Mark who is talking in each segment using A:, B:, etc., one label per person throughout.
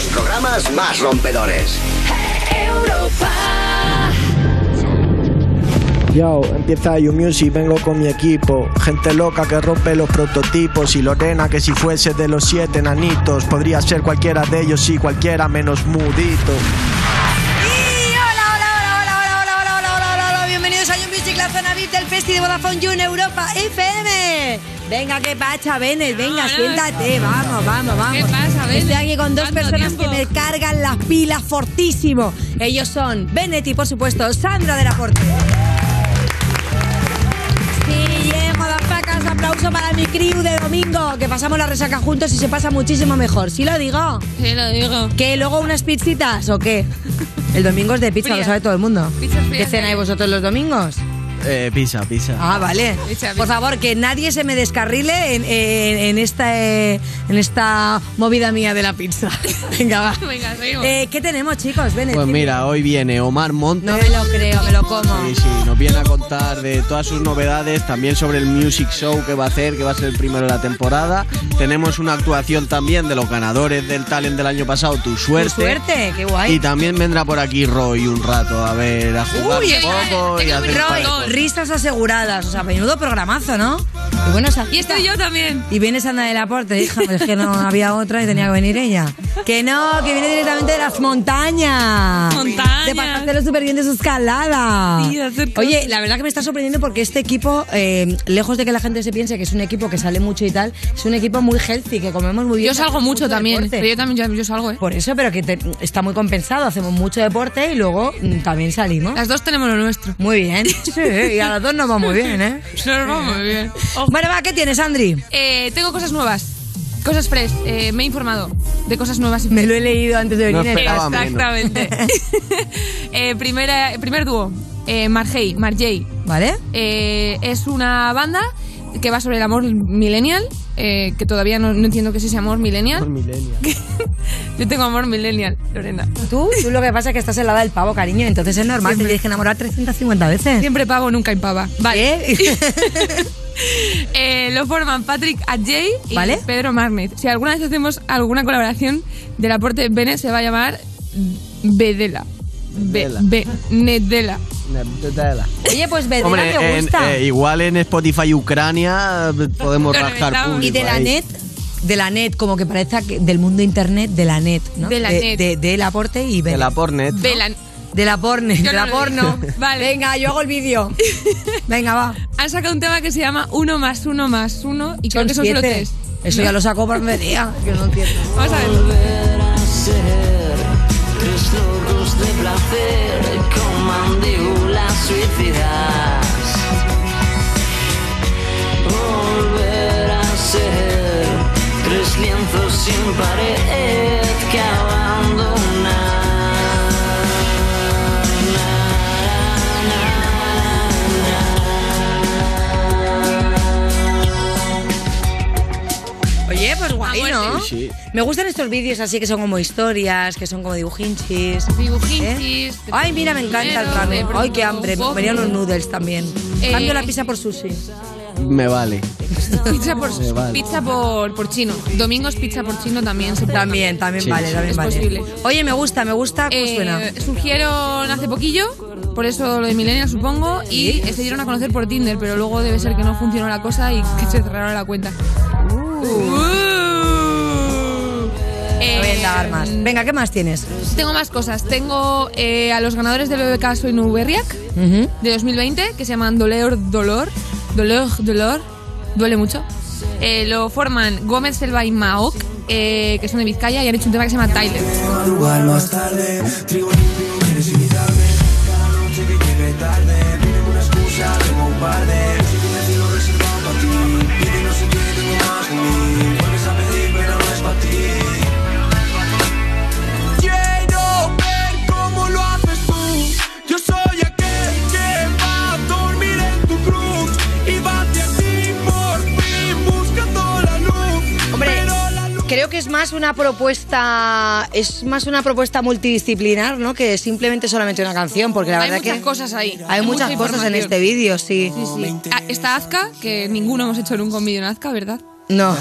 A: temas más rompedores.
B: Yo, empieza You Music, vengo con mi equipo. Gente loca que rompe los prototipos. Y Lorena, que si fuese de los siete nanitos, podría ser cualquiera de ellos y cualquiera menos mudito.
C: Y hola, hola, hola, hola, hola, hola, hola, hola, hola, hola, hola. Bienvenidos a You Music, la zona VIP del Festival Vodafone You en Europa FM. Venga, qué pacha, Benet, venga,
D: Hola.
C: siéntate, vamos, vamos, vamos.
D: ¿Qué pasa, Benet?
C: Estoy aquí con dos
D: ¿Cuánto
C: personas
D: tiempo?
C: que me cargan las pilas fortísimo. Ellos son Benet y, por supuesto, Sandra de la Porte. Sí, yeah, motherfuckers, aplauso para mi crew de domingo, que pasamos la resaca juntos y se pasa muchísimo mejor. ¿Sí lo digo?
D: Te lo digo.
C: ¿Qué? ¿Luego unas pizzitas o qué? El domingo es de pizza, lo
D: Frías.
C: sabe todo el mundo.
D: Pizzas frías
C: ¿Qué cenáis
D: de-
C: vosotros los domingos?
B: Eh, pizza, pizza.
C: Ah, vale.
D: Pizza, pizza.
C: Por favor, que nadie se me descarrile en, en- en esta, eh, en esta movida mía de la pizza. Venga, va.
D: Venga, seguimos.
C: Eh, ¿Qué tenemos, chicos? Ven,
E: Pues
C: dime.
E: mira, hoy viene Omar Montes.
C: No me lo creo, me lo como.
E: Y sí, nos viene a contar de todas sus novedades, también sobre el music show que va a hacer, que va a ser el primero de la temporada. Tenemos una actuación también de los ganadores del talent del año pasado, Tu
C: Qué
E: Suerte.
C: suerte, qué
E: Y
C: guay.
E: también vendrá por aquí Roy un rato a ver, a jugar
C: Uy,
E: un poco
D: eh,
E: y a hacer
D: tengo un
E: un par de
D: Roy.
E: cosas.
C: Risas aseguradas, o sea, menudo programazo, ¿no? Y bueno, esa
D: Y estoy yo también.
C: Y viene Sandra del Aporte, hija, es que no había otra y tenía que venir ella. Que no, que viene directamente de las montañas.
D: Montañas.
C: De Pastacelo Supervivientes Escalada.
D: Sí, hacer cosas.
C: Oye, la verdad que me está sorprendiendo porque este equipo, eh, lejos de que la gente se piense que es un equipo que sale mucho y tal, es un equipo muy healthy, que comemos muy bien.
D: Yo salgo
C: hacemos
D: mucho también.
C: deporte.
D: Pero yo también yo, yo salgo, ¿eh?
C: Por eso, pero que te- está muy compensado, hacemos mucho deporte y luego mm, también salimos.
D: Las dos tenemos lo nuestro.
C: Muy bien. Sí, y a las dos nos va muy bien, ¿eh?
D: Nos vamos bien.
C: Bueno, va, ¿qué tienes, Andri?
D: Eh, tengo cosas nuevas. Cosas fresh. Eh, me he informado de cosas nuevas. y
C: Me lo he leído antes de venir.
E: No
C: en el-
E: esperaba.
D: Exactamente. Eh, primera- primer dúo, eh, Margey, Margey.
C: ¿Vale?
D: Eh, es una banda que va sobre el amor millennial, eh, que todavía no, no entiendo qué es ese amor millennial. Yo tengo amor millennial, Lorena.
C: Tú, tú lo que pasa es que estás en la edad del pavo, cariño, entonces es normal, te tienes que enamorar 350 veces.
D: Siempre pago, nunca impava. Vale. Eh, lo forman Patrick Adjei y
C: ¿Vale?
D: Pedro Magnet. Si alguna vez hacemos alguna colaboración del aporte Bene, se va a llamar Bedela. Be- Benedela.
C: Oye, pues Bedela
E: Hombre,
C: te
E: en-
C: gusta.
E: eh, igual en Spotify Ucrania eh, podemos
D: Lo
E: rascar
D: reventamos.
E: público
C: y de la
E: ahí.
C: net, de la net, como que parece que- del mundo internet, de la net, ¿no?
D: De la
C: de,
D: net.
C: De, del aporte y
E: De
C: Bedela.
E: la pornet.
D: Bela.
C: De la porne,
D: Yo
C: de
D: no
C: la
D: lo
C: porno.
D: digo. Vale.
C: Venga, yo hago el vídeo. Venga, va.
D: Han sacado un tema que se llama Uno más uno más uno y creo que son
C: siete.
D: solo tres.
C: Eso ya lo saco por media. Yo no entiendo.
D: Vamos a ver.
F: Tres locos de placer con mandíbulas suicidas. Volver a ser tres lienzos sin pared que abandonar.
C: Oye, pues guay,
D: A
C: ¿no?
D: muerte.
E: Sí.
C: Me gustan estos vídeos así que son como historias, que son como dibujinchis.
D: Dibujinchis,
C: ¿Eh? Ay, mira, me encanta el ramen. Ay, qué hambre. Me venían unos noodles también.
D: Eh,
C: Cambio la pizza por sushi.
E: Me vale.
D: Pizza por,
E: Sí, vale.
D: pizza por, por chino. Domingos pizza por chino también se puede
C: También,
D: cambiar.
C: también
E: Sí,
C: vale,
E: sí.
C: también
D: Es
C: vale.
D: posible.
C: Oye, me gusta, me gusta. ¿Cómo
D: Eh,
C: suena?
D: surgieron hace poquillo, por eso lo de Millennial supongo, y se dieron a conocer por Tinder, pero luego debe ser que no funcionó la cosa y que se cerraron la cuenta. Uh.
C: No voy a
D: Eh,
C: indagar más. Venga, ¿qué más tienes?
D: Tengo más cosas. Tengo eh, a los ganadores del BBK Soy Nuberriac
C: Ujú.
D: de 2020 que se llaman Dolor, Dolor, Dolor, Dolor, duele mucho. Eh, lo forman Gómez, Selva y Maok, eh, que son de Vizcaya y han hecho un tema que se llama Tyler.
G: Quiero ver cómo lo haces tú. Yo soy aquel que va a dormir en tu cruz y va hacia ti por fin buscando la luz.
C: Hombre,
G: Pero la luz
C: creo que es más una propuesta, es más una propuesta multidisciplinar, ¿no? Que simplemente solamente una canción, porque la
D: Hay
C: verdad
D: muchas
C: que
D: cosas ahí.
C: hay muchas
D: mucha
C: cosas
D: información.
C: en este vídeo, sí.
D: Sí, sí. Ah, está Azka, que ninguno hemos hecho nunca un vídeo en Azka, ¿verdad?
C: No.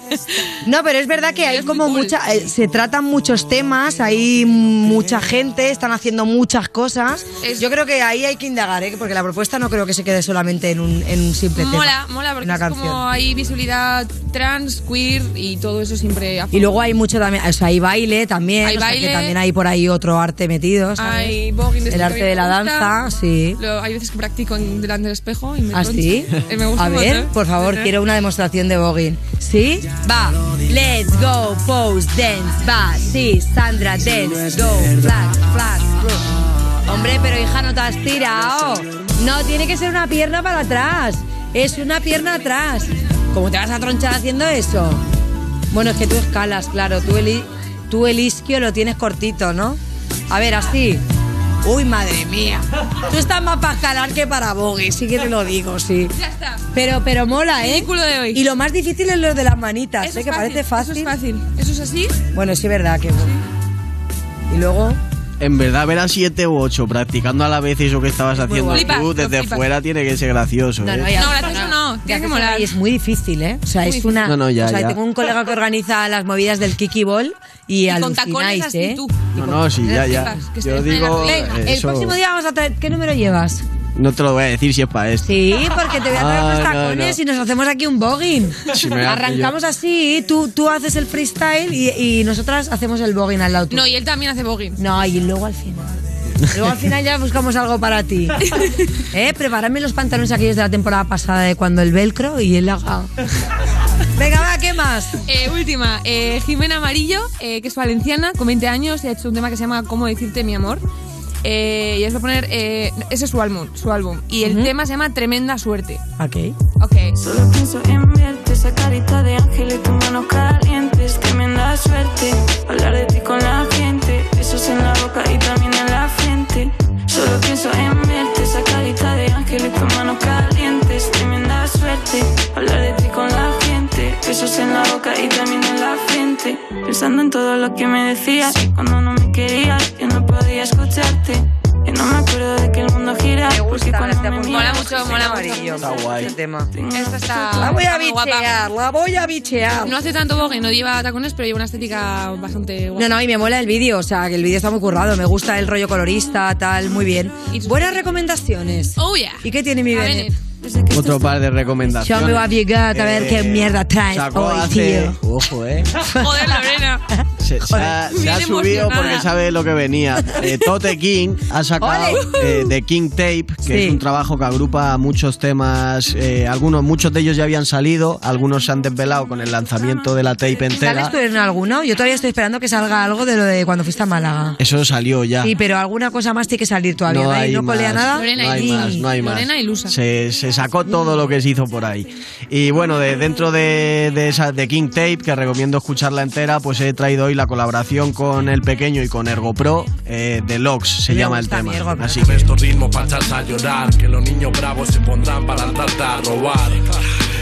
C: no, pero es verdad que hay como mucha. eh, se tratan muchos temas, hay mucha gente, están haciendo muchas cosas. Yo creo que ahí hay que indagar, ¿eh? porque la propuesta no creo que se quede solamente en un, en un simple tema.
D: Mola, mola, porque
C: una
D: es
C: canción.
D: como hay visibilidad trans, queer y todo eso siempre a
C: Y luego hay mucho también, o sea, hay baile también,
D: Hay
C: o sea, que
D: baile.
C: también hay por ahí otro arte metido, ¿sabes?
D: Hay voguing de
C: El
D: esto
C: arte
D: que a mí
C: de la
D: me gusta.
C: danza, sí.
D: Lo- hay veces que practico en- delante del espejo y me
C: ¿Ah,
D: troncho.
C: sí?
D: Eh, me gusta
C: A
D: un
C: ver,
D: montón.
C: por favor, quiero una demostración de voguing. ¿Sí? Va. Let's go, pose, dance, va. Sí, Sandra, dance, go, flat, flat, flat. Hombre, pero hija, no te has tirado. No, tiene que ser una pierna para atrás. Es una pierna atrás. ¿Cómo te vas a tronchar haciendo eso? Bueno, es que tú escalas, claro. Tú el, tú el isquio lo tienes cortito, ¿no? A ver, así. Uy, madre mía. Tú estás más para escalar que para bogue, sí que te lo digo, sí.
D: Ya está.
C: Pero, pero mola, ¿eh?
D: Ridículo de hoy.
C: Y lo más difícil es lo de las manitas,
D: Eso
C: ¿eh?
D: es
C: que parece fácil.
D: Eso es fácil. Eso es así.
C: Bueno, sí, es verdad que. bueno. Y luego.
E: En verdad, ver a siete u ocho practicando a la vez eso que estabas haciendo
D: guay.
E: tú
D: Flipas, lo
E: desde
D: flipas.
E: fuera tiene que ser gracioso. ¿eh?
C: ya
D: No,
C: está,
D: gracioso no, tiene que
C: Gracioso
D: molar.
C: no, Y es muy difícil, ¿eh? O sea, es una.
E: No, no, ya,
C: o sea,
E: ya.
C: tengo un colega que organiza las movidas del Kiki Ball y,
D: Y con
C: alucináis,
D: tacones así
C: ¿eh.
D: tú.
E: No, no, sí, ya, ya.
D: Flipas, que
E: Yo
D: estés en la
E: digo. eh,
D: ruina.
C: El
E: eso-
C: próximo día vamos a traer. ¿Qué número llevas?
E: No te lo voy a decir si es para esto.
C: Sí, porque te voy a traer
E: Ah,
C: unos
E: no,
C: tacones
E: no.
C: y nos hacemos aquí un bogging.
E: Sí, me da
C: Arrancamos así, tú, tú haces el freestyle y, y nosotras hacemos el bogging al lado tuyo.
D: No, y él también hace voguing.
C: No, y luego al final. Luego al final ya buscamos algo para ti. ¿Eh? Prepararme los pantalones aquellos de la temporada pasada de cuando el velcro y el haga. Venga, va, ¿qué más?
D: Eh, última, eh, Jimena Amarillo, eh, que es valenciana, con 20 años, y ha hecho un tema que se llama ¿Cómo decirte mi amor? Eh, y os voy a poner, eh, ese es su álbum, su álbum. Y el tema se llama Tremenda Suerte.
C: Ok.
D: Ok.
A: Solo pienso en verte, esa carita de ángel y tus manos calientes. Tremenda suerte, hablar de ti con la gente. Besos en la boca y también en la frente. Solo pienso en verte, esa carita de ángel y tus manos calientes. Tremenda suerte, hablar de ti con la gente. Besos en la boca y también en la frente. Pensando en todo lo que me decías, cuando no me querías, que no podía escucharte. Que no me acuerdo de que el mundo gira.
C: Me
A: porque
C: gusta
A: cuando
C: este
A: me
C: apunte.
D: Mola
A: miras,
D: mucho, mola mucho.
E: Está guay.
C: Este tema.
D: Esta está.
C: La voy a
D: está muy guapa.
C: bichear, la voy a bichear.
D: No hace tanto voguing, no lleva tacones, pero lleva una estética bastante guapa.
C: No, no, y me mola el vídeo, o sea, que el vídeo está muy currado, me gusta el rollo colorista, tal, muy bien. Eh, Buenas recomendaciones.
D: Oh, yeah.
C: ¿Y qué tiene mi
D: A ver,
C: Bennett?
A: Desde que
E: Otro par de
C: Yo
E: recomendaciones. Eh,
C: me voy a llegar a ver qué mierda traes
E: sacó
C: hoy,
E: hace-
C: tío.
E: Ojo, eh.
D: Joder, la arena.
E: Se, se ha, se ha
D: Bien
E: subido
D: emocionada.
E: porque sabe lo que venía. Eh, Tote King ha sacado eh, The King Tape, que
C: Sí.
E: es un trabajo que agrupa muchos temas. eh, algunos, muchos de ellos ya habían salido, algunos se han desvelado con el lanzamiento de la tape
C: ¿Sales
E: entera.
C: tú en alguno? Yo todavía estoy esperando que salga algo de lo de cuando fuiste a Málaga.
E: Eso salió ya.
C: Sí, pero alguna cosa más tiene que salir todavía. No, no colea
E: más,
C: nada.
D: Lorena
E: no hay
D: Ilusa.
E: más, no hay más.
D: Lorena Ilusa.
E: Se, se sacó todo lo que se hizo por ahí. Y bueno, de, dentro de, de esa de King Tape, que recomiendo escucharla entera, pues he traído hoy la colaboración con El Pequeño y con Ergo Pro, eh, de Lox se
C: Me
E: llama el
C: gusta
E: tema.
C: mi Ergo Pro.
E: Así
H: Con estos ritmos para echarse a llorar Que los niños bravos se pondrán para andarte a robar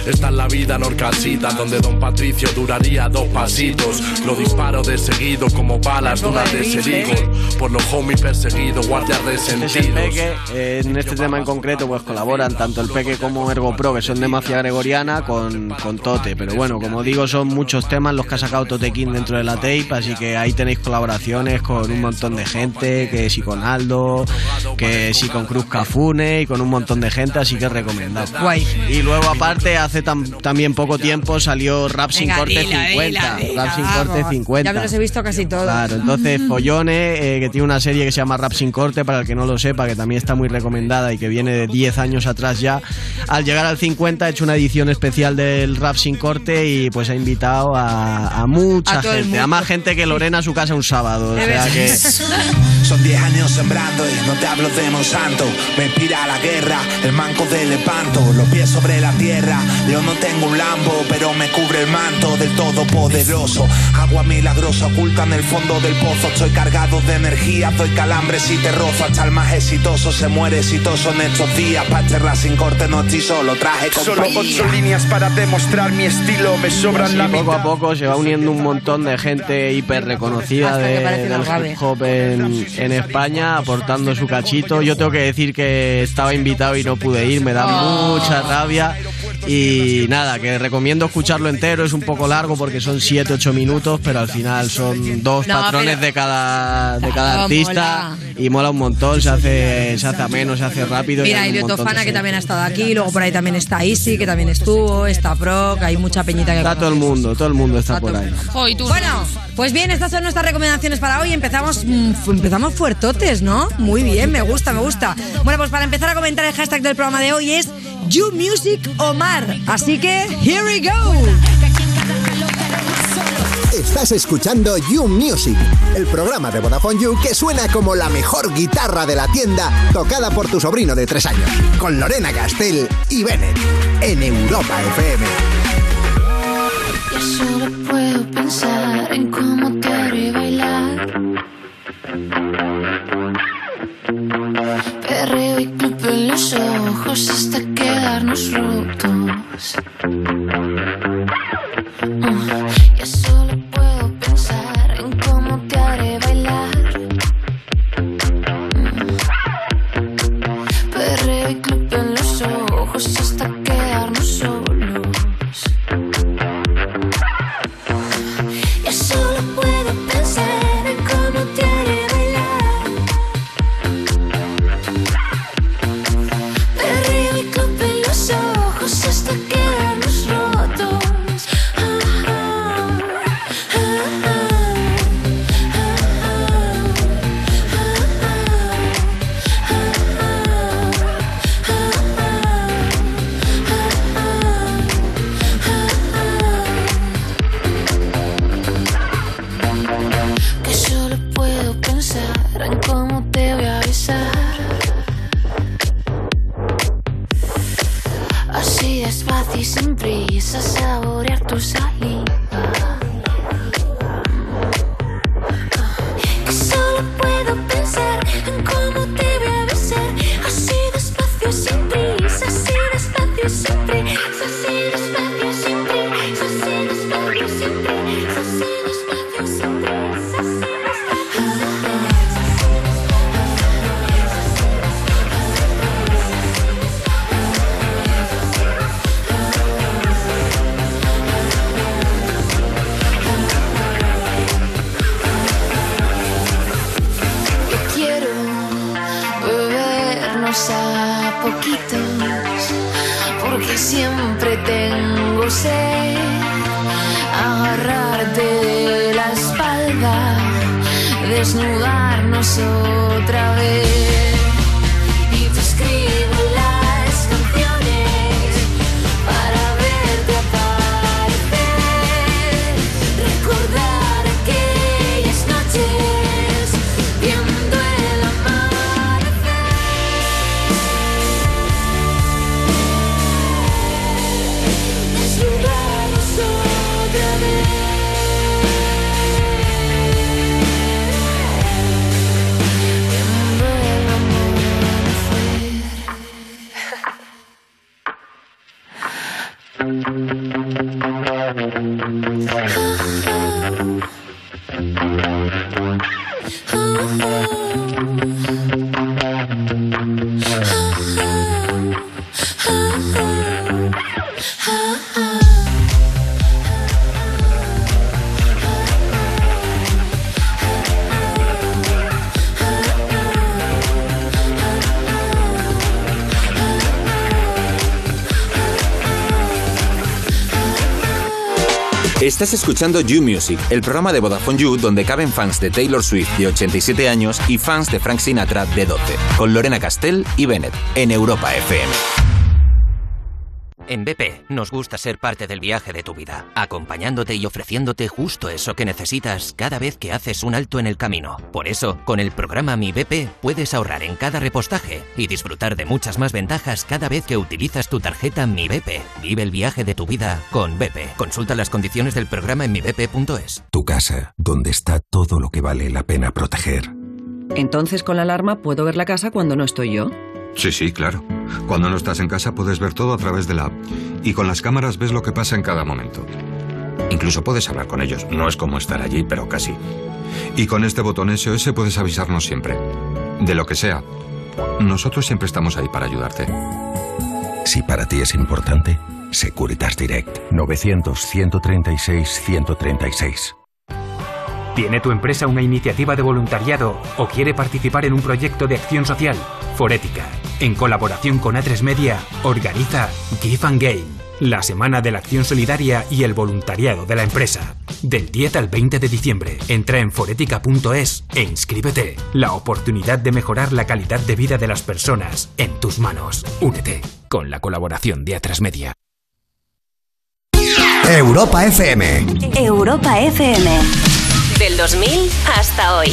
H: Esta es la vida norcasita Donde Don Patricio duraría dos pasitos Lo disparo de seguido como balas duras de serigol Por los homies perseguidos, guardias
E: Este es el
H: resentidos
E: Peque, eh, en este tema en concreto pues colaboran tanto el Peque como Ergo Pro, que son de Mafia Gregoriana, con, con Tote. Pero bueno, como digo, son muchos temas los que ha sacado Tote King dentro de la tape, así que ahí tenéis colaboraciones con un montón de gente, que sí con Aldo, que sí con Cruz Cafune y con un montón de gente, así que recomendado.
C: Guay.
E: Y luego aparte, hace tam- también poco tiempo salió Rap sin
C: Venga,
E: Corte
C: dila,
E: 50.
C: dila, dila,
E: Rap sin
C: vamos.
E: Corte 50.
C: Ya me los he visto casi todos.
E: Claro, entonces Follones, eh, que tiene una serie que se llama Rap sin corte, para el que no lo sepa, que también está muy recomendada y que viene de 10 años atrás ya, al llegar al 50 ha hecho una edición especial del Rap sin corte y pues ha invitado a, a mucha
C: A todo el
E: gente,
C: mundo.
E: a más gente que Lorena a su casa un sábado. O sea que
I: Son 10 años sembrando y no te hablo de Monsanto. Me inspira la guerra, el manco del lepanto, los pies sobre la tierra. Yo no tengo un lambo, pero me cubre el manto del todopoderoso. Agua milagrosa oculta en el fondo del pozo. Estoy cargado de energía, doy calambres y te rozo. Hasta el más exitoso se muere exitoso en estos días. Pa' charlar sin corte no estoy solo, traje
J: Solo ocho
I: compañía.
J: líneas para demostrar mi estilo, me sobran
E: Sí,
J: la
E: poco
J: mitad.
E: a poco se va uniendo un montón de gente hiper reconocida
C: Hasta que
E: de,
C: parece
E: del
C: una gabe.
E: hip hop en, en España, aportando
C: Ah.
E: su cachito. Yo tengo que decir que estaba invitado y no pude ir, me da mucha rabia. Y nada, que recomiendo escucharlo entero, es un poco largo porque son 7-8 minutos, pero al final son dos
C: No,
E: patrones
C: pero- Ah,
E: de cada, de cada
C: No,
E: artista y mola un montón, se hace, se hace ameno, se hace rápido. y
C: Mira,
E: hay un
C: Elio
E: montón de
C: Tofana, que
E: gente.
C: también ha estado aquí, luego por ahí también está Isi, que también estuvo, está Proc, hay mucha peñita que...
E: Está todo el mundo, todo el mundo está, por ahí.
C: Bueno, pues bien, estas son nuestras recomendaciones para hoy. Empezamos, mm, fu- empezamos fuertotes, ¿no? Muy bien, me gusta, me gusta. Bueno, pues para empezar a comentar el hashtag del programa de hoy es You Music Omar. Así que, here we go.
K: Estás escuchando You Music, el programa de Vodafone You que suena como la mejor guitarra de la tienda tocada por tu sobrino de tres años, con Lorena Castell y Bennett, en Europa FM.
L: Yo solo puedo pensar en cómo te haré bailar. Perreo y club en los ojos hasta quedarnos rotos. Uh, Yo solo puedo pensar en cómo te haré bailar. Mm. Perreo y club en los ojos hasta quedarnos solos. Yo solo puedo pensar en cómo te haré bailar. Me río y club en los ojos hasta quedarnos rotos. Ah, ah, ah, ah, Que solo puedo pensar en cómo te voy a besar. Así despacio y sin prisa, saborear tu saliva. Que solo puedo pensar en cómo te voy a besar. Así despacio y sin prisa, así despacio y sin prisa, así despacio y sin prisa, así despacio y sin prisa, así despacio y sin prisa, así despacio y sin prisa. Yo quiero bebernos a poquitos, porque siempre tengo sed. Agarrarte de la espalda, desnudarnos otra vez. Y te escribo las canciones para verte aparecer. Recordar aquellas noches viendo el amanecer. Desnudarnos otra vez. Viendo el
M: Estás escuchando You Music, el programa de Vodafone You donde caben fans de Taylor Swift de 87 años y fans de Frank Sinatra de 12, con Lorena Castell y Bennett en Europa FM.
N: En BP nos gusta ser parte del viaje de tu vida, acompañándote y ofreciéndote justo eso que necesitas cada vez que haces un alto en el camino. Por eso, con el programa Mi BP puedes ahorrar en cada repostaje y disfrutar de muchas más ventajas cada vez que utilizas tu tarjeta Mi BP. Vive el viaje de tu vida con BP. Consulta las condiciones del programa en mibp.es.
O: Tu casa, donde está todo lo que vale la pena proteger.
P: Entonces con la alarma puedo ver la casa cuando no estoy yo.
Q: Sí, sí, claro. Cuando no estás en casa puedes ver todo a través de la app y con las cámaras ves lo que pasa en cada momento. Incluso puedes hablar con ellos. No es como estar allí, pero casi. Y con este botón SOS puedes avisarnos siempre. De lo que sea. Nosotros siempre estamos ahí para ayudarte.
O: Si para ti es importante, Securitas Direct 900-136-136.
R: ¿Tiene tu empresa una iniciativa de voluntariado o quiere participar en un proyecto de acción social? Forética, en colaboración con A3 Media, organiza Give and Game, la semana de la acción solidaria y el voluntariado de la empresa. Del 10 al 20 de diciembre, entra en forética.es e inscríbete. La oportunidad de mejorar la calidad de vida de las personas en tus manos. Únete con la colaboración de A3 Media.
K: Europa FM.
S: Europa FM. Del 2000 hasta hoy.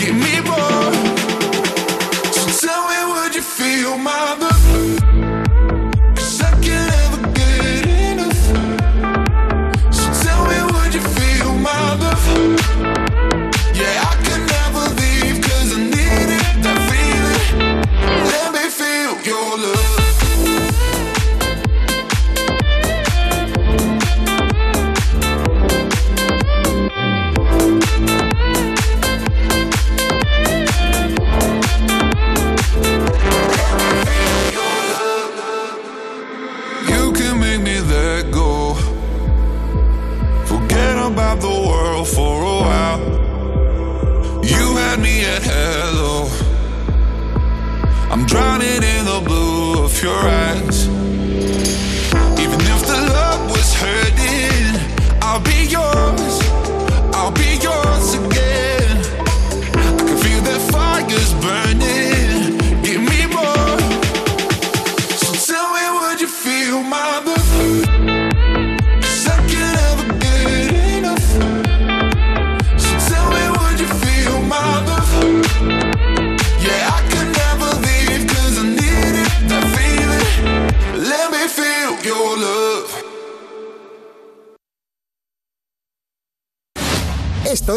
T: Give me more. So tell me, would you feel my love? 'Cause I can never get enough. So tell me, would you feel my love? Yeah, I can never leave 'cause I need it, that feeling. Let me feel your love. You can make me let go. Forget about the world for a while. You had me at hello. I'm drowning in the blue of your eyes. Even if the love was hurting, I'll be yours. I'll be yours again. I can feel that fire's burning. Give me more. So tell me, would you feel my love? 'Cause I can never get enough. So tell me, would you feel my love? Yeah, I can never leave 'cause I need it, that feeling. Let me feel your love.
K: Esto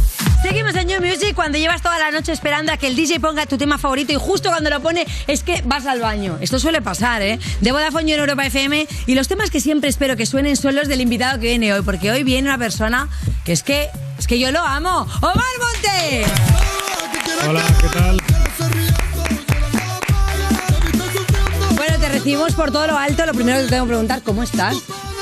C: Seguimos en You Music cuando llevas toda la noche esperando a que el DJ ponga tu tema favorito y justo cuando lo pone es que vas al baño. Esto suele pasar, ¿eh? De Vodafone You en Europa FM y los temas que siempre espero que suenen son los del invitado que viene hoy, porque hoy viene una persona que es que es que yo lo amo. Omar Montes.
U: Hola, ¿qué tal?
C: Bueno, te recibimos por todo lo alto. Lo primero que te tengo que preguntar, ¿cómo estás?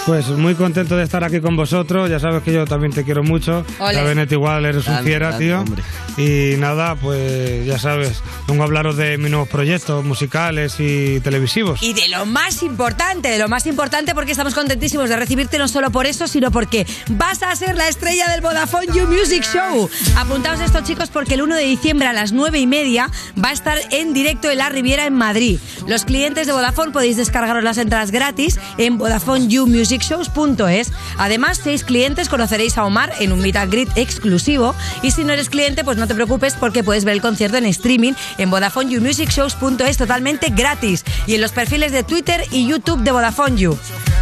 U: Pues muy contento de estar aquí con vosotros. Ya sabes que yo también te quiero mucho.
C: Ole.
U: La Benet igual eres un
E: Grande,
U: fiera,
E: grande,
U: tío.
E: hombre.
U: Y nada, pues ya sabes, vengo a hablaros de mis nuevos proyectos musicales y televisivos.
C: Y de lo más importante, de lo más importante porque estamos contentísimos de recibirte no solo por eso, sino porque vas a ser la estrella del Vodafone You Music Show. Apuntaos a esto chicos porque el 1 de diciembre a las 9 y media va a estar en directo en La Riviera en Madrid. Los clientes de Vodafone podéis descargaros las entradas gratis en vodafoneyoumusicshows.es. Además, seis clientes conoceréis a Omar en un meet and greet exclusivo y si no eres cliente, pues no te preocupes porque puedes ver el concierto en streaming en vodafoneyoumusicshows.es totalmente gratis y en los perfiles de Twitter y YouTube de Vodafone You.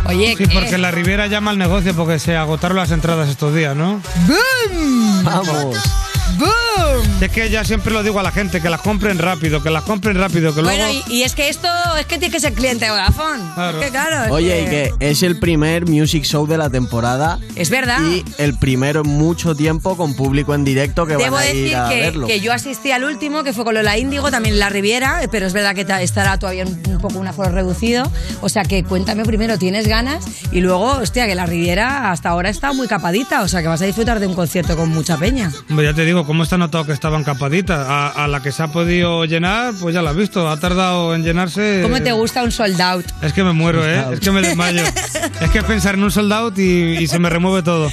C: Oye,
U: Sí, porque la Riviera llama al negocio porque se agotaron las entradas estos días, ¿no?
C: ¡Boom!
U: ¡Vamos!
C: ¡Boom!
U: Es que ya siempre lo digo a la gente, que las compren rápido, que las compren rápido, que luego...
C: Bueno, y, y es que esto es que tienes que ser cliente de Vodafone. Es que claro, es
E: Oye, y que es el primer music show de la temporada.
C: Es verdad.
E: Y el primero en mucho tiempo con público en directo que
C: Debo
E: van a ir
C: decir
E: a
C: que,
E: verlo.
C: que yo asistí al último, que fue con Lola Índigo, también en La Riviera, eh, pero es verdad que ta- estará todavía un, un poco un aforo reducido. O sea que cuéntame primero, ¿tienes ganas? Y luego, hostia, que La Riviera hasta ahora está muy capadita, o sea que vas a disfrutar de un concierto con mucha peña.
U: Hombre, ya te digo, ¿cómo está notado que estaban capaditas? A, a la que se ha podido llenar, pues ya la has visto, ha tardado en llenarse...
C: ¿Cómo te gusta un sold out?
U: Es que me muero,
C: Sold
U: ¿eh?
C: out.
U: Es que me desmayo. es que pensar en un sold out y, y se me remueve todo.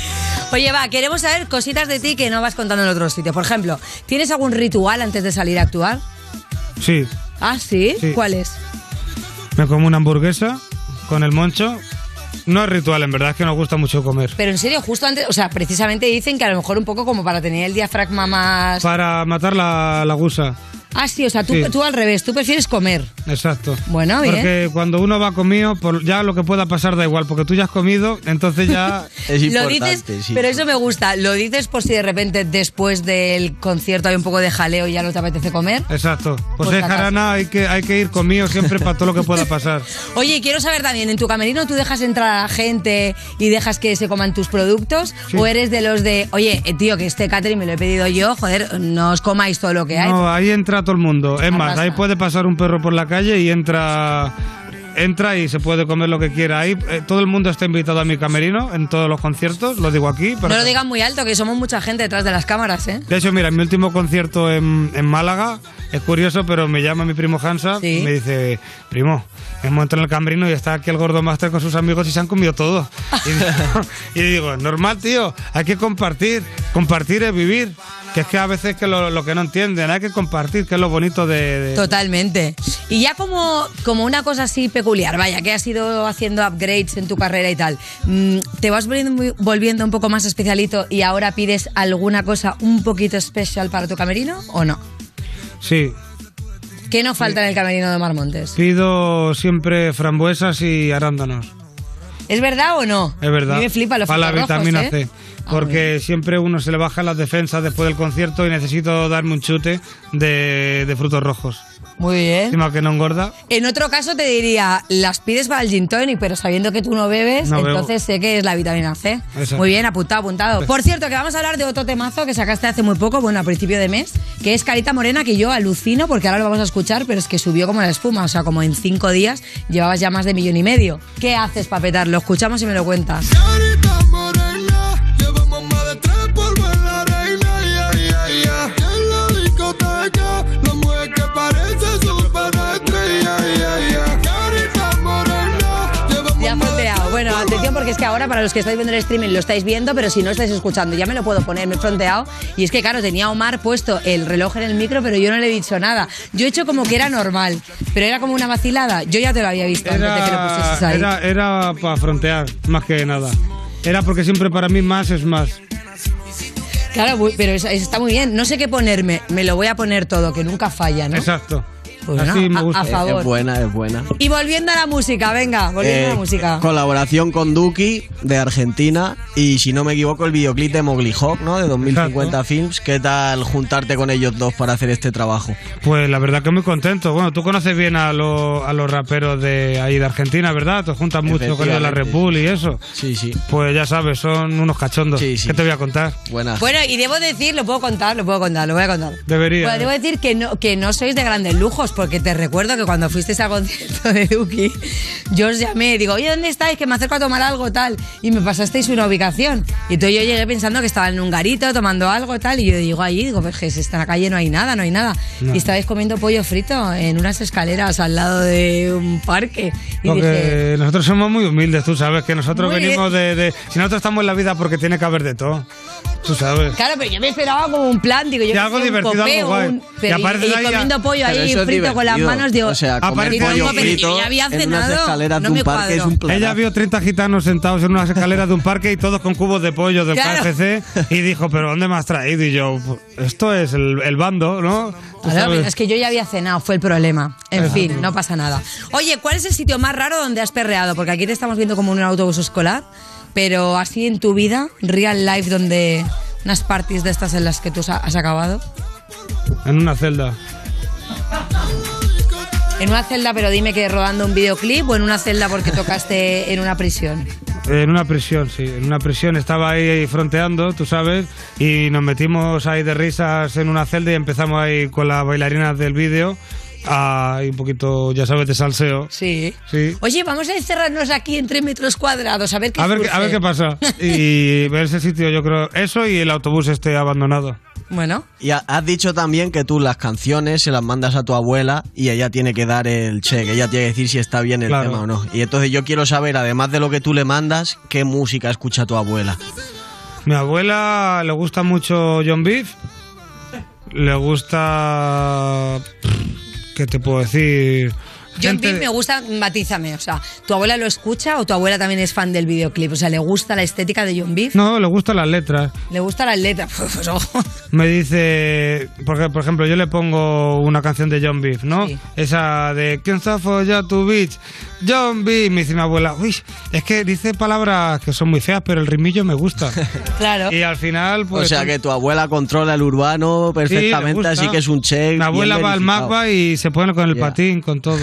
C: Oye, va, queremos saber cositas de ti que no vas contando en otros sitios. Por ejemplo, ¿tienes algún ritual antes de salir a actuar?
U: Sí,
C: Ah, sí.
U: Sí.
C: ¿Cuál es?
U: me como una hamburguesa con el moncho. No es ritual, en verdad, es que nos gusta mucho comer.
C: Pero en serio, justo antes, o sea, precisamente dicen que a lo mejor un poco como para tener el diafragma más.
U: Para matar la, la gusa.
C: Ah, sí, o sea, tú,
U: Sí.
C: tú al revés, tú prefieres comer.
U: Exacto.
C: Bueno, bien.
U: Porque cuando uno va comido, por- ya lo que pueda pasar da igual, porque tú ya has comido, entonces ya...
C: lo dices, pero eso me gusta. Lo dices por si de repente después del concierto hay un poco de jaleo y ya no te apetece comer.
U: Exacto. Pues
C: Por si
U: es
C: acaso.
U: jarana, hay que, hay que ir comido siempre para todo lo que pueda pasar.
C: Oye, quiero saber también, ¿en tu camerino tú dejas entrar a la gente y dejas que se coman tus productos?
U: Sí.
C: ¿O eres de los de, oye, eh, tío, que este catering me lo he pedido yo, joder, no os comáis todo lo que hay?
U: No, ahí entra todo el mundo. Es más,
C: Arrasa.
U: ahí puede pasar un perro por la calle y entra entra y se puede comer lo que quiera. Ahí eh, todo el mundo está invitado a mi camerino en todos los conciertos, lo digo aquí. pero-
C: no lo digas muy alto, que somos mucha gente detrás de las cámaras, ¿eh?
U: De hecho, mira, en mi último concierto en, en Málaga, es curioso, pero me llama mi primo Hansa y me dice, primo, hemos entrado en el camerino y está aquí el gordo master con sus amigos y se han comido todo. Y digo, y digo, normal, tío, hay que compartir, compartir es vivir. Que es que a veces que lo, lo que no entienden, hay que compartir, que es lo bonito de... de-
C: Totalmente. Y ya como, como una cosa así peculiar, vaya, que has ido haciendo upgrades en tu carrera y tal, mm, ¿te vas volviendo, muy- volviendo un poco más especialito y ahora pides alguna cosa un poquito especial para tu camerino o no?
U: Sí,
C: ¿Qué no falta en el camerino de Marmontes?
U: pido siempre frambuesas y arándanos.
C: ¿Es verdad o no?
U: Es verdad.
C: A mí me flipa los
U: Para la
C: frutos rojos,
U: vitamina
C: ¿eh?
U: C. Porque siempre uno se le baja las defensas después del concierto y necesito darme un chute de, de frutos rojos.
C: Muy bien.
U: Encima que no engorda.
C: En otro caso te diría, las pides para el gin tonic, pero sabiendo que tú no bebes,
U: No bebo.
C: entonces sé que es la vitamina C.
U: Exacto.
C: Muy bien, apuntado, apuntado. Por cierto, que vamos a hablar de otro temazo que sacaste hace muy poco, bueno, a principio de mes, que es Carita Morena, que yo alucino porque ahora lo vamos a escuchar, pero es que subió como la espuma, o sea, como en cinco días llevabas ya más de millón y medio. ¿Qué haces para petarlo? Lo escuchamos y me lo cuentas.
G: Carita morena, llevamos más de tres polvos en la arena, yeah, yeah, yeah. Y en la discoteca, la mujer que parece superestrella, yeah, yeah. Carita morena, llevamos
C: Ya fronteado. Bueno, atención porque es que ahora para los que estáis viendo el streaming lo estáis viendo, pero si no estáis escuchando, ya me lo puedo poner, me he fronteado. Y es que claro, tenía Omar puesto el reloj en el micro, pero yo no le he dicho nada. Yo he hecho como que era normal, pero era como una vacilada. Yo ya te lo había visto antes de que lo pusieses
U: Era,
C: ahí.
U: era, para frontear, más que nada. Era porque siempre para mí más es más.
C: Claro, bu- pero es- es- está muy bien. No sé qué ponerme, me lo voy a poner todo, que nunca falla, ¿no?
U: Exacto.
C: Pues
E: Así
C: no,
E: me
C: a-
E: gusta.
C: a,
E: Es-
C: favor.
E: Es buena, es buena.
C: Y volviendo a la música, venga, volviendo
E: Eh,
C: a la música.
E: Colaboración con Duki de Argentina y si no me equivoco el videoclip de Mowgli Hawk, ¿no? De 2050 Films. ¿Qué tal juntarte con ellos dos para hacer este trabajo?
U: Pues la verdad que muy contento. Bueno, tú conoces bien a, lo- a los raperos de ahí de Argentina, ¿verdad? Te juntas mucho con el de la
E: Efectivamente.
U: Repul y eso.
E: Sí, sí.
U: Pues ya sabes, son unos cachondos. ¿Qué te voy a contar?
E: Buenas.
C: Bueno, y debo decir, lo puedo contar, lo puedo contar, lo voy a contar.
U: Debería.
C: Bueno, debo decir que no, que no sois de grandes lujos, porque te recuerdo que cuando fuisteis al concierto de Duki, yo os llamé, digo, oye, ¿dónde estáis? Que me acerco a tomar algo, tal. Y me pasasteis una ubicación. Y tú y yo llegué pensando que estaban en un garito tomando algo, tal. Y yo digo, allí, digo, pues que si está en la calle no hay nada, no hay nada.
U: No.
C: Y estabais comiendo pollo frito en unas escaleras al lado de un parque. Y
U: Porque
C: dije,
U: nosotros somos muy humildes, tú sabes que nosotros
C: Muy
U: venimos de, de- Si nosotros estamos en la vida porque tiene que haber de todo, tú sabes.
C: Claro, pero yo me esperaba como un plan, digo, yo
U: Y
C: que
U: algo
C: sé, un
U: divertido,
C: copé,
U: algo guay.
C: un-
U: Y
C: pero y,
U: aparte
C: y
U: de ahí ya- Ah,
C: comiendo pollo
U: Pero
C: ahí
U: eso es
C: frito con las
U: divertido.
C: manos, digo,
U: O sea, comer
C: y digo,
U: pollo
C: pero yo
U: frito
C: ya había
E: en unas
C: cenado,
E: escaleras
C: no
E: de un
C: me
E: parque es
C: cuadro.
E: un planazo.
U: Ella vio 30 gitanos sentados en unas escaleras de un parque y todos con cubos de pollo del
C: Claro.
U: KFC y dijo, pero ¿dónde me has traído? Y yo, esto es el, el bando, ¿no? Tú
C: Claro,
U: sabes.
C: pero es que yo ya había cenado, fue el problema. En
U: pues Exacto.
C: fin, no pasa nada. Oye, ¿cuál es el sitio más raro donde has perreado? Porque aquí te estamos viendo como en un autobús escolar, pero así en tu vida, real life, donde unas parties de estas en las que tú sa- has acabado.
U: En una celda.
C: En una celda, pero dime que rodando un videoclip o en una celda porque tocaste en una prisión.
U: En una prisión, sí, en una prisión. Estaba ahí fronteando, tú sabes, y nos metimos ahí de risas en una celda y empezamos ahí con las bailarinas del vídeo. a- y un poquito, ya sabes, de salseo.
C: Sí.
U: Sí.
C: Oye, vamos a encerrarnos aquí en tres metros cuadrados, a ver qué
U: A ver, qué- a
C: surge.
U: ver qué pasa. Y ver ese sitio, yo creo. Eso y el autobús este abandonado.
C: Bueno.
E: Y ha- has dicho también que tú las canciones se las mandas a tu abuela y ella tiene que dar el check, ella tiene que decir si está bien el
U: Claro.
E: tema o no. Y entonces yo quiero saber, además de lo que tú le mandas, qué música escucha tu abuela.
U: Mi abuela le gusta mucho John Beef. Le gusta. ¿Qué te puedo decir?
C: John
U: Gente-
C: Beef me gusta, matízame, o sea, ¿tu abuela lo escucha o tu abuela también es fan del videoclip? O sea, ¿le gusta la estética de John Beef?
U: No, le gustan las letras.
C: ¿Le gusta la letra? Pues, ojo.
U: Me dice, porque, por ejemplo, yo le pongo una canción de John Beef, ¿no? Esa de ¿Quién se ha follado tu bitch? John Beef. Me dice mi abuela, uy, es que dice palabras que son muy feas, pero el ritmillo me gusta.
C: Claro.
U: Y al final, pues.
E: o sea que tu abuela controla el urbano
U: sí, le
E: perfectamente,
U: gusta.
E: así que es un check.
U: Mi abuela va al Magba y se pone con el patín, con todo.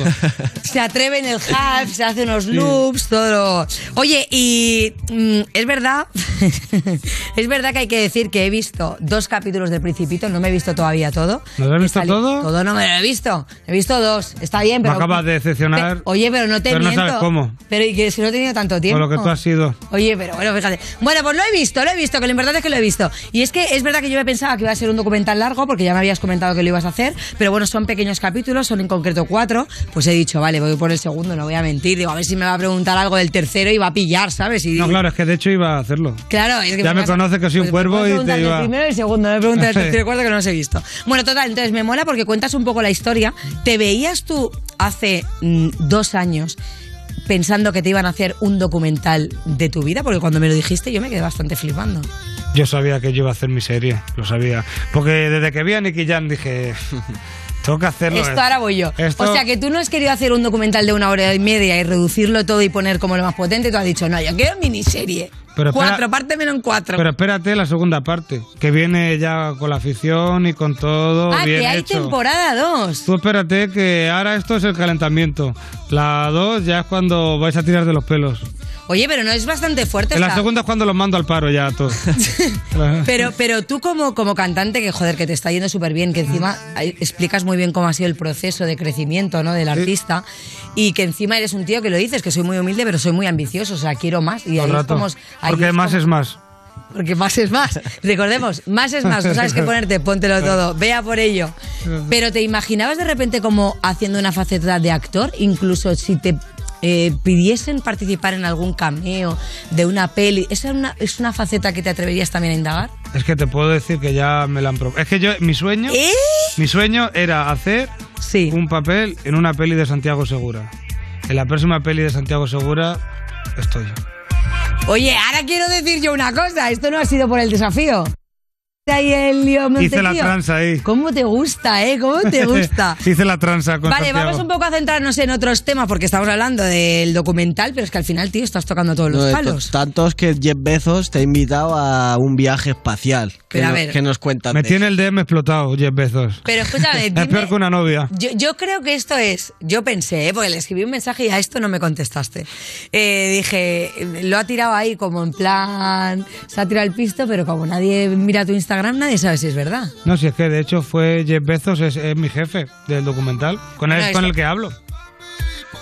C: Se atreve en el half, se hace unos loops, todo. Oye, y mm, es verdad, es verdad que hay que decir que he visto dos capítulos del Principito, no me he visto todavía todo.
U: ¿No lo has visto todo?
C: Todo no me lo he visto, he visto dos, está bien,
U: Me
C: pero...
U: acabas de decepcionar.
C: Pe- Oye, pero no te
U: Pero no
C: miento.
U: sabes cómo.
C: Pero y que si no he tenido tanto tiempo.
U: Con lo que tú has sido.
C: Oye, pero bueno, fíjate. Bueno, pues lo he visto, lo he visto, que lo importante es que lo he visto. Y es que es verdad que yo me pensaba que iba a ser un documental largo, porque ya me habías comentado que lo ibas a hacer, pero bueno, son pequeños capítulos, son en concreto cuatro. Pues he dicho, vale, voy por el segundo, no voy a mentir. Digo, a ver si me va a preguntar algo del tercero y va a pillar, ¿sabes? Y
U: No, claro, es que de hecho iba a hacerlo.
C: Claro, es que
U: ya me
C: pasa-
U: conoces que soy un
C: pues me
U: cuervo
C: puedes
U: y
C: preguntar
U: te
C: del
U: iba.
C: primero y el segundo, me preguntas el tercero y el cuarto que no los he visto. Bueno, total, entonces me mola porque cuentas un poco la historia. ¿Te veías tú hace mm, dos años pensando que te iban a hacer un documental de tu vida? Porque cuando me lo dijiste yo me quedé bastante flipando.
U: Yo sabía que yo iba a hacer mi serie, lo sabía. Porque desde que vi a Nicky Jam dije, tengo que hacerlo.
C: Esto ahora voy yo.
U: Esto-
C: O sea que tú no has querido hacer un documental de una hora y media y reducirlo todo y poner como lo más potente. Tú has dicho, no, yo quiero miniserie.
U: Pero espera-
C: cuatro, pártemelo en cuatro.
U: Pero espérate la segunda parte, que viene ya con la afición y con todo.
C: ah,
U: bien
C: que hay
U: hecho.
C: temporada dos.
U: Tú espérate que ahora esto es el calentamiento. La 2 ya es cuando vais a tirar de los pelos.
C: Oye, pero no es bastante fuerte. o
U: En la
C: sea,
U: segunda es cuando los mando al paro ya a todos.
C: Pero, pero tú como, como cantante, que joder, que te está yendo súper bien, que encima eh, explicas muy bien cómo ha sido el proceso de crecimiento ¿no? del artista y que encima eres un tío que lo dices, que soy muy humilde, pero soy muy ambicioso, o sea, quiero más.
U: Todo
C: Y ahí
U: el rato.
C: estamos- ahí
U: Porque más
C: estamos-
U: es más.
C: porque más es más. Recordemos, más es más. No sabes qué ponerte, póntelo todo. Vea por ello. Pero te imaginabas de repente como haciendo una faceta de actor, incluso si te eh, pidiesen participar en algún cameo de una peli. ¿Esa es una, es una faceta que te atreverías también a indagar?
U: Es que te puedo decir que ya me la han probado. Es que yo, mi sueño.
C: ¿Eh?
U: Mi sueño era hacer un papel en una peli de Santiago Segura. En la próxima peli de Santiago Segura estoy yo.
C: Oye, ahora quiero decir yo una cosa. Esto no ha sido por el desafío. Ahí el lío
U: Hice la
C: Montecillo.
U: tranza ahí.
C: ¿Cómo te gusta, eh? ¿Cómo te gusta?
U: Hice la tranza con
C: Vale,
U: Santiago.
C: vamos un poco a centrarnos en otros temas porque estamos hablando del documental, pero es que al final, tío, estás tocando todos los
E: No, de
C: palos.
E: to- Tantos que Jeff Bezos te ha invitado a un viaje espacial. que
C: Pero a
E: no-
C: ver.
E: que nos cuentan?
U: Me
E: de
U: tiene el DM explotado, 10 veces.
C: Pero escúchame,
U: Es
C: Eh, dime,
U: peor que una novia.
C: yo, yo creo que esto es, yo pensé, ¿eh? porque le escribí un mensaje y a esto no me contestaste. Eh, dije, lo ha tirado ahí como en plan, se ha tirado el pisto, pero como nadie mira tu Instagram, nadie sabe si es verdad.
U: No, si es que de hecho fue Jeff Bezos, es, es mi jefe del documental, con, él,
C: Bueno,
U: con
C: eso-
U: el que hablo.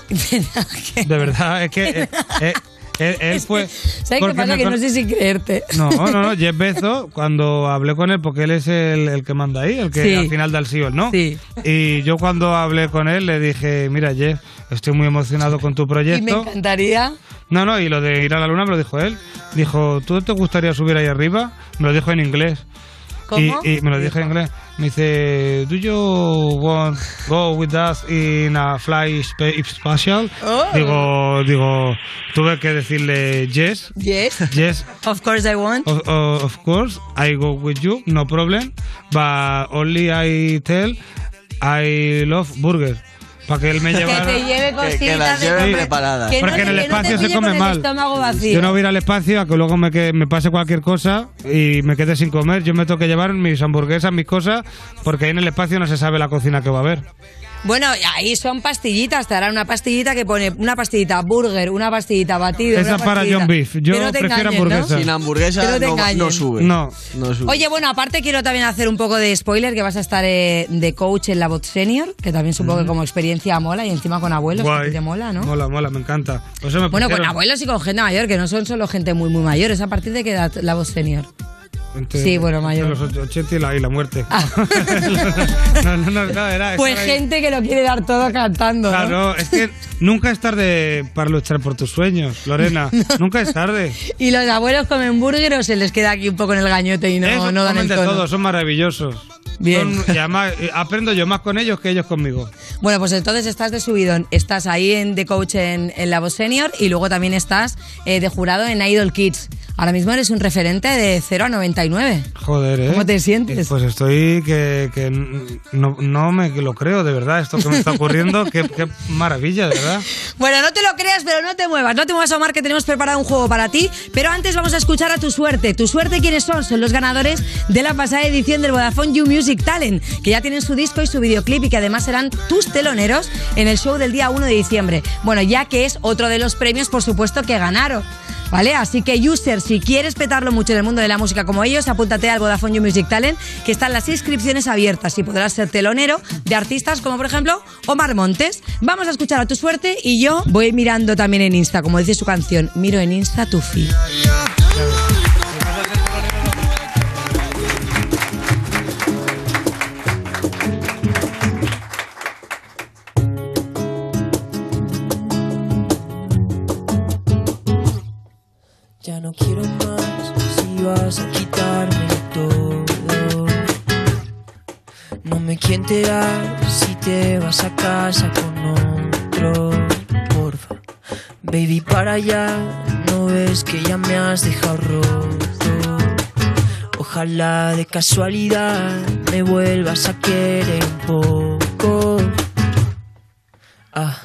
U: De verdad, es que eh, eh, él, él fue...
C: ¿Sabes qué
U: porque
C: pasa?
U: me
C: Que
U: con-
C: no sé si creerte.
U: No, no, no, Jeff Bezos, cuando hablé con él, porque él es el, el que manda ahí, el que
C: Sí.
U: al final da el sí o el no. Y yo cuando hablé con él le dije, mira Jeff, estoy muy emocionado con tu
C: Y me
U: proyecto. Ah,
C: encantaría.
U: No, no, y lo de ir a la luna me lo dijo él. Dijo, ¿tú te gustaría subir ahí arriba? Me lo dijo en inglés. Y,
C: ¿Cómo?
U: y me lo dijo en inglés. Me dice, ¿Do you want go with us in a fly spa- special?
C: Oh.
U: Digo, digo, tuve que decirle yes.
C: Yes.
U: Yes.
C: Of course I want.
U: Of, of- of course, I go with you, no problem. But only I tell I love burger. Para que él me
C: Que
U: llevara.
C: te lleve cositas
E: que las
C: de
E: lleve
U: comer.
E: preparadas.
C: Que no
U: Porque en
C: te-
U: el
C: que no te
U: espacio se
C: pille con
U: come
C: el
U: mal.
C: estómago vacío.
U: Yo no voy a ir al espacio a que luego me, que- me pase cualquier cosa y me quede sin comer. Yo me tengo que llevar mis hamburguesas, mis cosas, porque ahí en el espacio no se sabe la cocina que va a haber.
C: Bueno, ahí son pastillitas, te harán una pastillita que pone una pastillita burger, una pastillita batido.
U: Esa
C: una
U: para
C: pastillita.
U: John Beef. Yo
C: Que no te
U: prefiero
C: engañen, ¿no?
U: hamburguesa.
E: Sin
C: Que
E: hamburguesa
C: no te
E: no, no
C: engañen.
E: sube.
U: No.
E: No sube.
C: Oye, bueno, aparte quiero también hacer un poco de spoiler, que vas a estar eh, de coach en la Bot Senior, que también supongo que como experiencia mola, y encima con abuelos, que
U: Guay.
C: te mola, ¿no?
U: Mola, mola, me encanta. Por eso me
C: Bueno, con
U: pusieron-
C: abuelos y con gente mayor, que no son solo gente muy, muy mayor, es a partir de qué edad la Bot Senior.
U: Entre-
C: Sí, bueno,
U: entre
C: mayor. Ah.
U: Los och- 80 y la, y la muerte. no, no, no, no, era
C: Pues
U: estaba ahí.
C: gente que lo quiere dar todo cantando. ¿no?
U: Claro, es que nunca es tarde para luchar por tus sueños, Lorena. Nunca es tarde.
C: Y los abuelos comen burger o se les queda aquí un poco en el gañote y no,
U: Eso
C: no dan el
U: comen de
C: tono.
U: todo, son maravillosos.
C: Bien.
U: Son- y además, eh, aprendo yo más con ellos que ellos conmigo.
C: Bueno, pues entonces estás de subidón, estás ahí en The Coach en, en La Voz Senior y luego también estás eh, de jurado en Idol Kids. Ahora mismo eres un referente de 0 a 99.
U: Joder, ¿eh?
C: ¿Cómo te sientes?
U: Pues estoy que, que n- no, no me lo creo, de verdad, esto que me está ocurriendo. qué, qué maravilla, de verdad.
C: Bueno, no te lo creas, pero no te muevas, no te muevas, Omar, que tenemos preparado un juego para ti. Pero antes vamos a escuchar a tu suerte. ¿Tu suerte quiénes son? Son los ganadores de la pasada edición del Vodafone You Music Talent, que ya tienen su disco y su videoclip y que además serán tus teloneros en el show del día 1 de diciembre. Bueno, ya que es otro de los premios, por supuesto, que ganaron. ¿Vale? Así que, user, si quieres petarlo mucho en el mundo de la música como ellos, apúntate al Vodafone You Music Talent, que están las inscripciones abiertas y podrás ser telonero de artistas como, por ejemplo, Omar Montes. Vamos a escuchar a tu suerte y yo voy mirando también en Insta, como dice su canción, miro en Insta tu feed.
B: Ya no quiero más si vas a quitarme todo. No me quiero enterar si te vas a casa con otro. Porfa, baby, para allá. No ves que ya me has dejado roto. Ojalá de casualidad me vuelvas a querer un poco. Ah.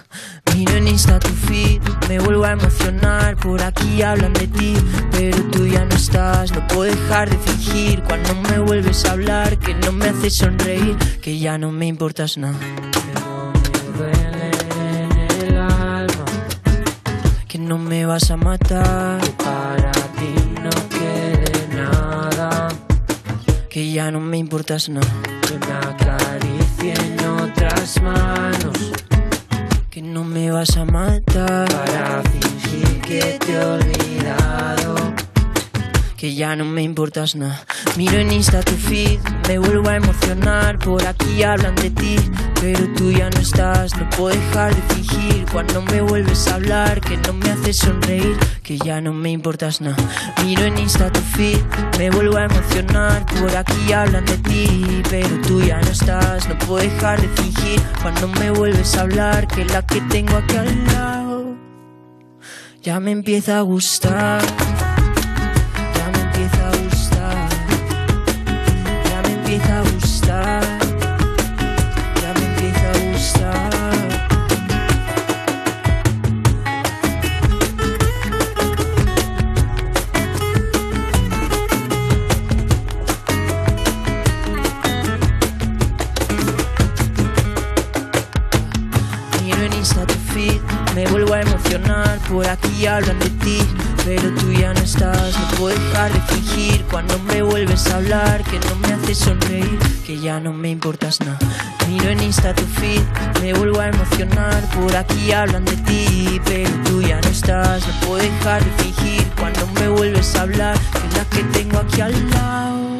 B: Miro en Insta tu feed, me vuelvo a emocionar, por aquí hablan de ti, pero tú ya no estás, no puedo dejar de fingir cuando me vuelves a hablar, que no me haces sonreír, que ya no me importas nada. Que no me vas a matar, para ti no quede nada, que ya no me importas nada. Que me acaricien otras manos que no me vas a matar para fingir que te he olvidado que ya no me importas nada miro en Insta tu feed me vuelvo a emocionar por aquí hablan de ti pero tú ya no estás no puedo dejar de fingir cuando me vuelves a hablar que no me haces sonreír que ya no me importas nada miro en Insta tu feed me vuelvo a emocionar por aquí hablan de ti pero tú ya no estás no puedo dejar de fingir cuando me vuelves a hablar que la que tengo aquí al lado ya me empieza a gustar ya me empieza a gustar, ya me empieza a gustar, ya me empieza a gustar. Miro en Insta tu feed, me vuelvo a emocionar, por aquí hablan de ti, pero tú ya no estás, no puedo dejar de fingir cuando me vuelves a hablar, que no me haces sonreír, que ya no me importas nada. Miro en Insta tu feed, me vuelvo a emocionar, por aquí hablan de ti, pero tú ya no estás, no puedo dejar de fingir cuando me vuelves a hablar, que la que tengo aquí al lado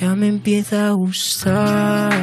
B: ya me empieza a gustar.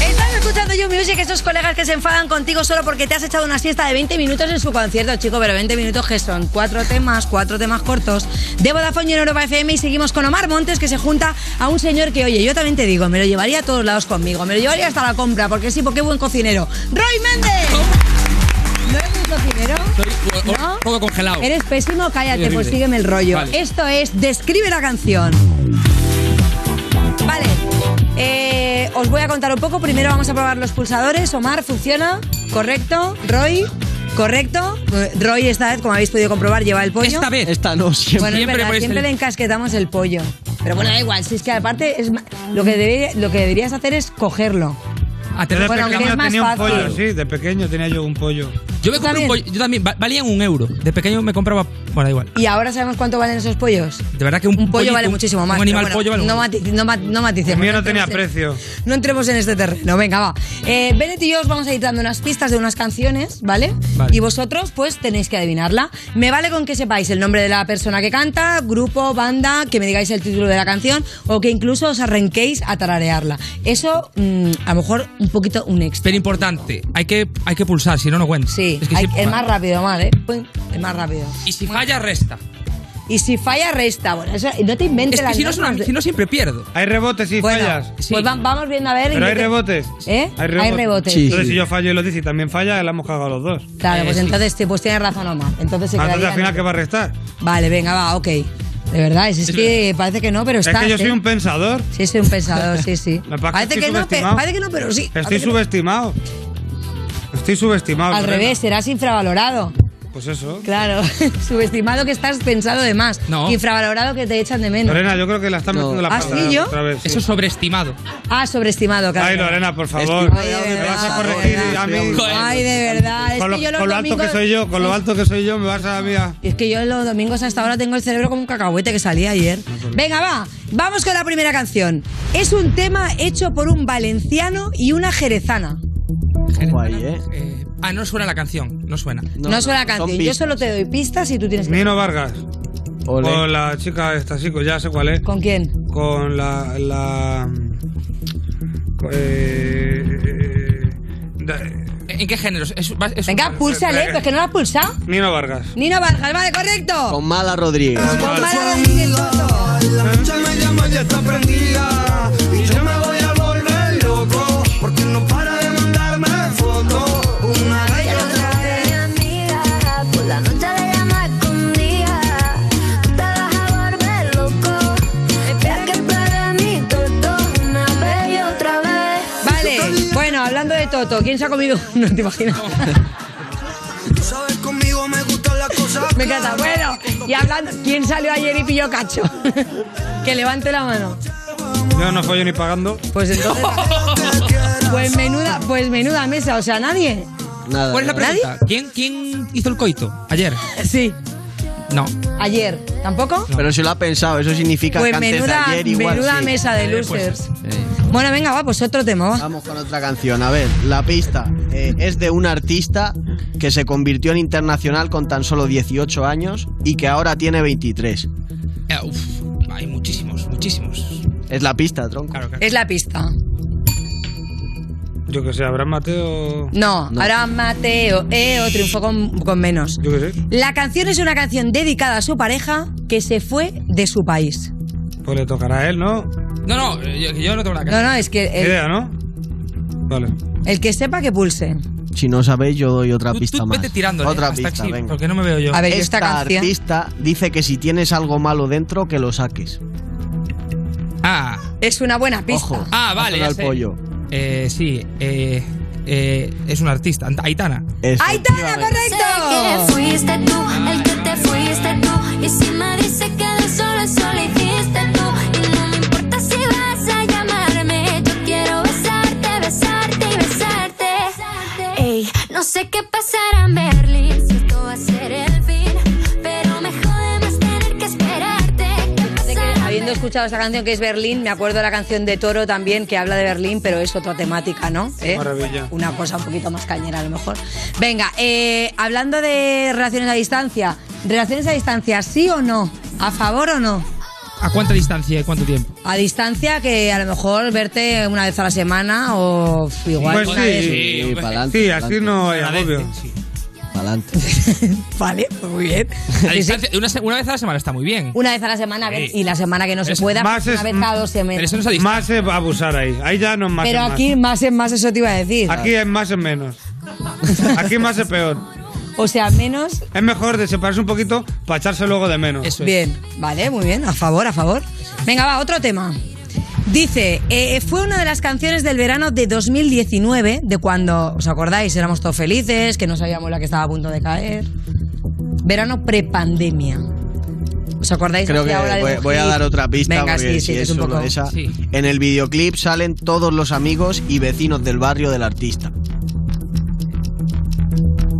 C: Estás escuchando You Music, esos colegas que se enfadan contigo solo porque te has echado una siesta de 20 minutos en su concierto, chico, pero 20 minutos que son cuatro temas, cuatro temas cortos de Vodafone y en Europa FM y seguimos con Omar Montes que se junta a un señor que, oye, yo también te digo, me lo llevaría a todos lados conmigo, me lo llevaría hasta la compra, porque sí, porque buen cocinero. Roy Méndez. ¿No eres un cocinero?
V: Soy
C: ¿No?
V: un poco congelado.
C: Eres pésimo, cállate,
V: Horrible.
C: pues sígueme el rollo.
V: Vale.
C: Esto es Describe la canción. Vale, eh, os voy a contar un poco. Primero vamos a probar los pulsadores. Omar, ¿funciona? ¿Correcto? ¿Roy? ¿Correcto? Eh, Roy esta vez, como habéis podido comprobar, lleva el pollo.
V: Esta vez.
E: Esta no, siempre.
C: Bueno, es verdad,
V: voy a
C: siempre
V: ser-
C: le encasquetamos el pollo. Pero bueno, da igual, si es que aparte es ma- Ah, lo, que debe- lo que deberías hacer es cogerlo.
U: Yo de
C: Bueno, aunque
U: pequeño
C: es más
U: tenía un pollo,
C: fácil.
U: sí, de pequeño tenía yo un pollo.
A: Yo me compré un pollo. Yo también. va- Valían un euro. De pequeño me compraba. Bueno, da igual.
C: ¿Y ahora sabemos cuánto valen esos pollos?
A: De verdad que un,
C: Un pollo, vale muchísimo más.
A: Un animal
C: pero
A: pollo
C: bueno,
A: vale
C: no,
A: un-
C: mati- no, ma- no maticemos. ¿eh?
A: El mío no
C: entremos
A: tenía
C: en-
A: precio.
C: No entremos en este terreno. Venga, va. Eh, Bennett y yo os vamos a ir dando unas pistas de unas canciones, ¿vale?
D: Vale.
C: Y vosotros, pues, tenéis que adivinarla. Me vale con que sepáis el nombre de la persona que canta, grupo, banda, que me digáis el título de la canción o que incluso os arranquéis a tararearla. Eso, mm, a lo mejor, un poquito un extra.
A: Pero importante, hay que, hay que pulsar, si no, no cuenta. Sí, es que
C: Hay-
A: si-
C: el
A: vale.
C: más rápido, mal, ¿eh? Pum, El más rápido.
A: Y si falla, resta.
C: Y si falla, resta. Bueno, eso- no te
A: Es
C: inventes
A: que
C: las
A: si no, es una-
C: normas de-
A: si no, siempre pierdo.
U: Hay rebotes y fallas.
C: Pues va- vamos viendo a ver.
U: Pero hay
C: intenta-
U: rebotes.
C: ¿Eh? Hay rebotes.
U: Entonces, si yo fallo y lo dice y también falla, la hemos cagado los dos.
C: Claro, pues entonces sí, pues tienes razón Omar. Entonces se
U: Ah, Entonces, al
C: quedaría-
U: final, ¿qué va a restar?
C: Vale, venga, va, ok. De verdad, es, es que parece que no, pero
U: Es
C: está. ¿eh?
U: que yo soy un pensador.
C: Sí, soy un pensador, sí, sí. Parece que, no, pe- parece que no, pero sí.
U: Estoy subestimado. Estoy subestimado.
C: Al
U: Lorena.
C: revés, serás infravalorado.
U: Pues eso.
C: Claro, subestimado que estás pensado de más.
U: No.
C: Infravalorado que te echan de menos.
U: Lorena, yo creo que la están metiendo la
C: ¿Ah,
U: pata
C: sí, yo?
U: otra vez.
A: Eso es sobreestimado.
C: Ah, sobreestimado, claro.
U: Ay, Lorena, por favor. Me vas a corregir a mí.
C: Ay, de verdad. Es
U: Con lo,
C: que yo los
U: con lo alto
C: domingos-
U: que soy yo, con lo alto que soy yo, me vas a mí a...
C: Y es que yo los domingos hasta ahora tengo el cerebro como un cacahuete que salía ayer. Venga, va, vamos con la primera canción. Es un tema hecho por un valenciano y una jerezana.
E: ¿eh?
A: Ah, no suena la canción, no suena.
C: No, suena la canción. Yo solo te doy pistas y tú tienes que.
U: Nino Vargas. Con la chica esta, sí, con- ya sé cuál es.
C: ¿Con quién?
U: Con la... la con- eh, eh, da-
A: ¿En qué género? Es- va- es-
C: Venga, púlsale, pues que no la has pulsado.
U: Nino Vargas.
C: Nina Vargas, vale, correcto.
E: Con Mala Rodríguez.
G: La noche me llama y está prendida. Y yo me voy a volver loco. Porque no para de mandarme fotos. Una de
L: Pero
G: ellas
L: otra vez, amiga, por la noche le llama escondida. Tú te vas a volver loco. Espera que para mi toto una vez y otra vez.
C: Vale, bueno, hablando de Toto, ¿quién se ha comido? No te imaginas.
G: Tú sabes conmigo me gustan las cosas.
C: Me encanta. Bueno, y hablando, ¿quién salió ayer y pilló cacho? que levante la mano.
U: Yo no follo ni pagando.
C: Pues entonces. Pues menuda, pues menuda mesa, o sea, nadie.
E: Nada.
A: ¿Cuál es la
C: ¿Nadie?
A: pregunta? ¿Quién, ¿Quién Mm, hizo el coito? Ayer.
C: Sí.
A: No.
C: Ayer, ¿tampoco?
E: Pero si lo ha pensado, eso significa
C: Pues
E: que antes
C: menuda,
E: de ayer igual
C: menuda
E: sí.
C: mesa
A: Eh,
C: de
A: pues,
C: losers. Bueno, venga, va, pues otro tema. va.
E: Vamos con otra canción. A ver, la pista eh, es de un artista que se convirtió en internacional con tan solo 18 años y que ahora tiene 23.
A: Eh, uf, hay muchísimos, muchísimos.
E: Es la pista, tronco.
C: Es la pista.
U: Yo que sé, ¿habrá Mateo?
C: No, ahora Mateo, Eo, triunfó con, con menos.
U: Yo que sé.
C: La canción es una canción dedicada a su pareja que se fue de su país.
U: Pues le tocará a él, ¿no?
A: No, no, eh, yo, yo no tengo la
C: No,
A: canción.
C: no, es que el,
U: Idea, ¿no? Vale.
C: el que sepa que pulse.
E: Si no sabéis, yo doy otra pista más.
A: vete tirando,
E: otra
A: eh, hasta
E: pista,
A: que-
E: venga.
A: porque no me veo yo.
C: A ver, yo esta canción-
E: artista dice que si tienes algo malo dentro, que lo saques.
A: Ah,
C: Es una buena pista.
E: Ojo.
A: ah vale.
E: Hazlo
A: ya
E: al
A: sé.
E: pollo.
A: Eh, sí, eh, eh, es un artista, Ant- Aitana.
C: ¡Aitana,
L: Sé que fuiste tú, el que te fuiste tú. Y si me dice que de solo en solo hiciste tú. Y no me importa si vas a llamarme. Yo quiero besarte, besarte y besarte. Ey, no sé qué pasará en Berlín. Si esto va a ser el fin. Pero me jode más tener que esperarte. ¿Qué
C: De que,
L: pasará?
C: habiendo escuchado esta canción que es Berlín, me acuerdo de la canción de Toro también que habla de Berlín, pero es otra temática, ¿no? ¿Eh?
U: Maravilla.
C: Una cosa un poquito más cañera a lo mejor. Venga, eh, hablando de relaciones a distancia, ¿relaciones a distancia sí o no? ¿A favor o no?
A: ¿A cuánta distancia y cuánto tiempo?
C: A distancia que a lo mejor verte una vez a la semana o pf, igual
U: Pues
C: una vez.
U: sí.
E: Sí, pa'lante,
U: Sí, así
E: pa'lante.
U: no hay agobio.
E: Pa'lante.
C: Vale, pues muy bien.
A: A distancia- una, se- una vez a la semana está muy bien.
C: Una vez a la semana a ver,
A: Sí.
C: y la semana que no se
A: Es-
C: pueda,
A: más
C: pues,
A: es-
C: una vez cada dos semanas. Pero,
U: Más eh, es abusar ahí. Ahí ya no es más. es más.
C: aquí más es más, eso te iba a decir.
U: Aquí es más es menos. Aquí más es peor.
C: O sea, menos.
U: Es mejor de separarse un poquito para echarse luego de menos.
C: Bien, vale, muy bien. A favor, a favor. Venga, va, otro tema. Dice, eh, fue una de las canciones del verano de 2019, de cuando, ¿os acordáis? Éramos todos felices, que no sabíamos la que estaba a punto de caer. Verano prepandemia. ¿Os acordáis
E: Creo
C: de
E: que
C: la ola de
E: voy,
C: un
E: voy a
C: hit?
E: dar otra pista.
C: Venga,
E: porque
C: sí, sí,
E: si
C: que es un
E: solo
C: poco.
E: esa- En el videoclip salen todos los amigos y vecinos del barrio del artista.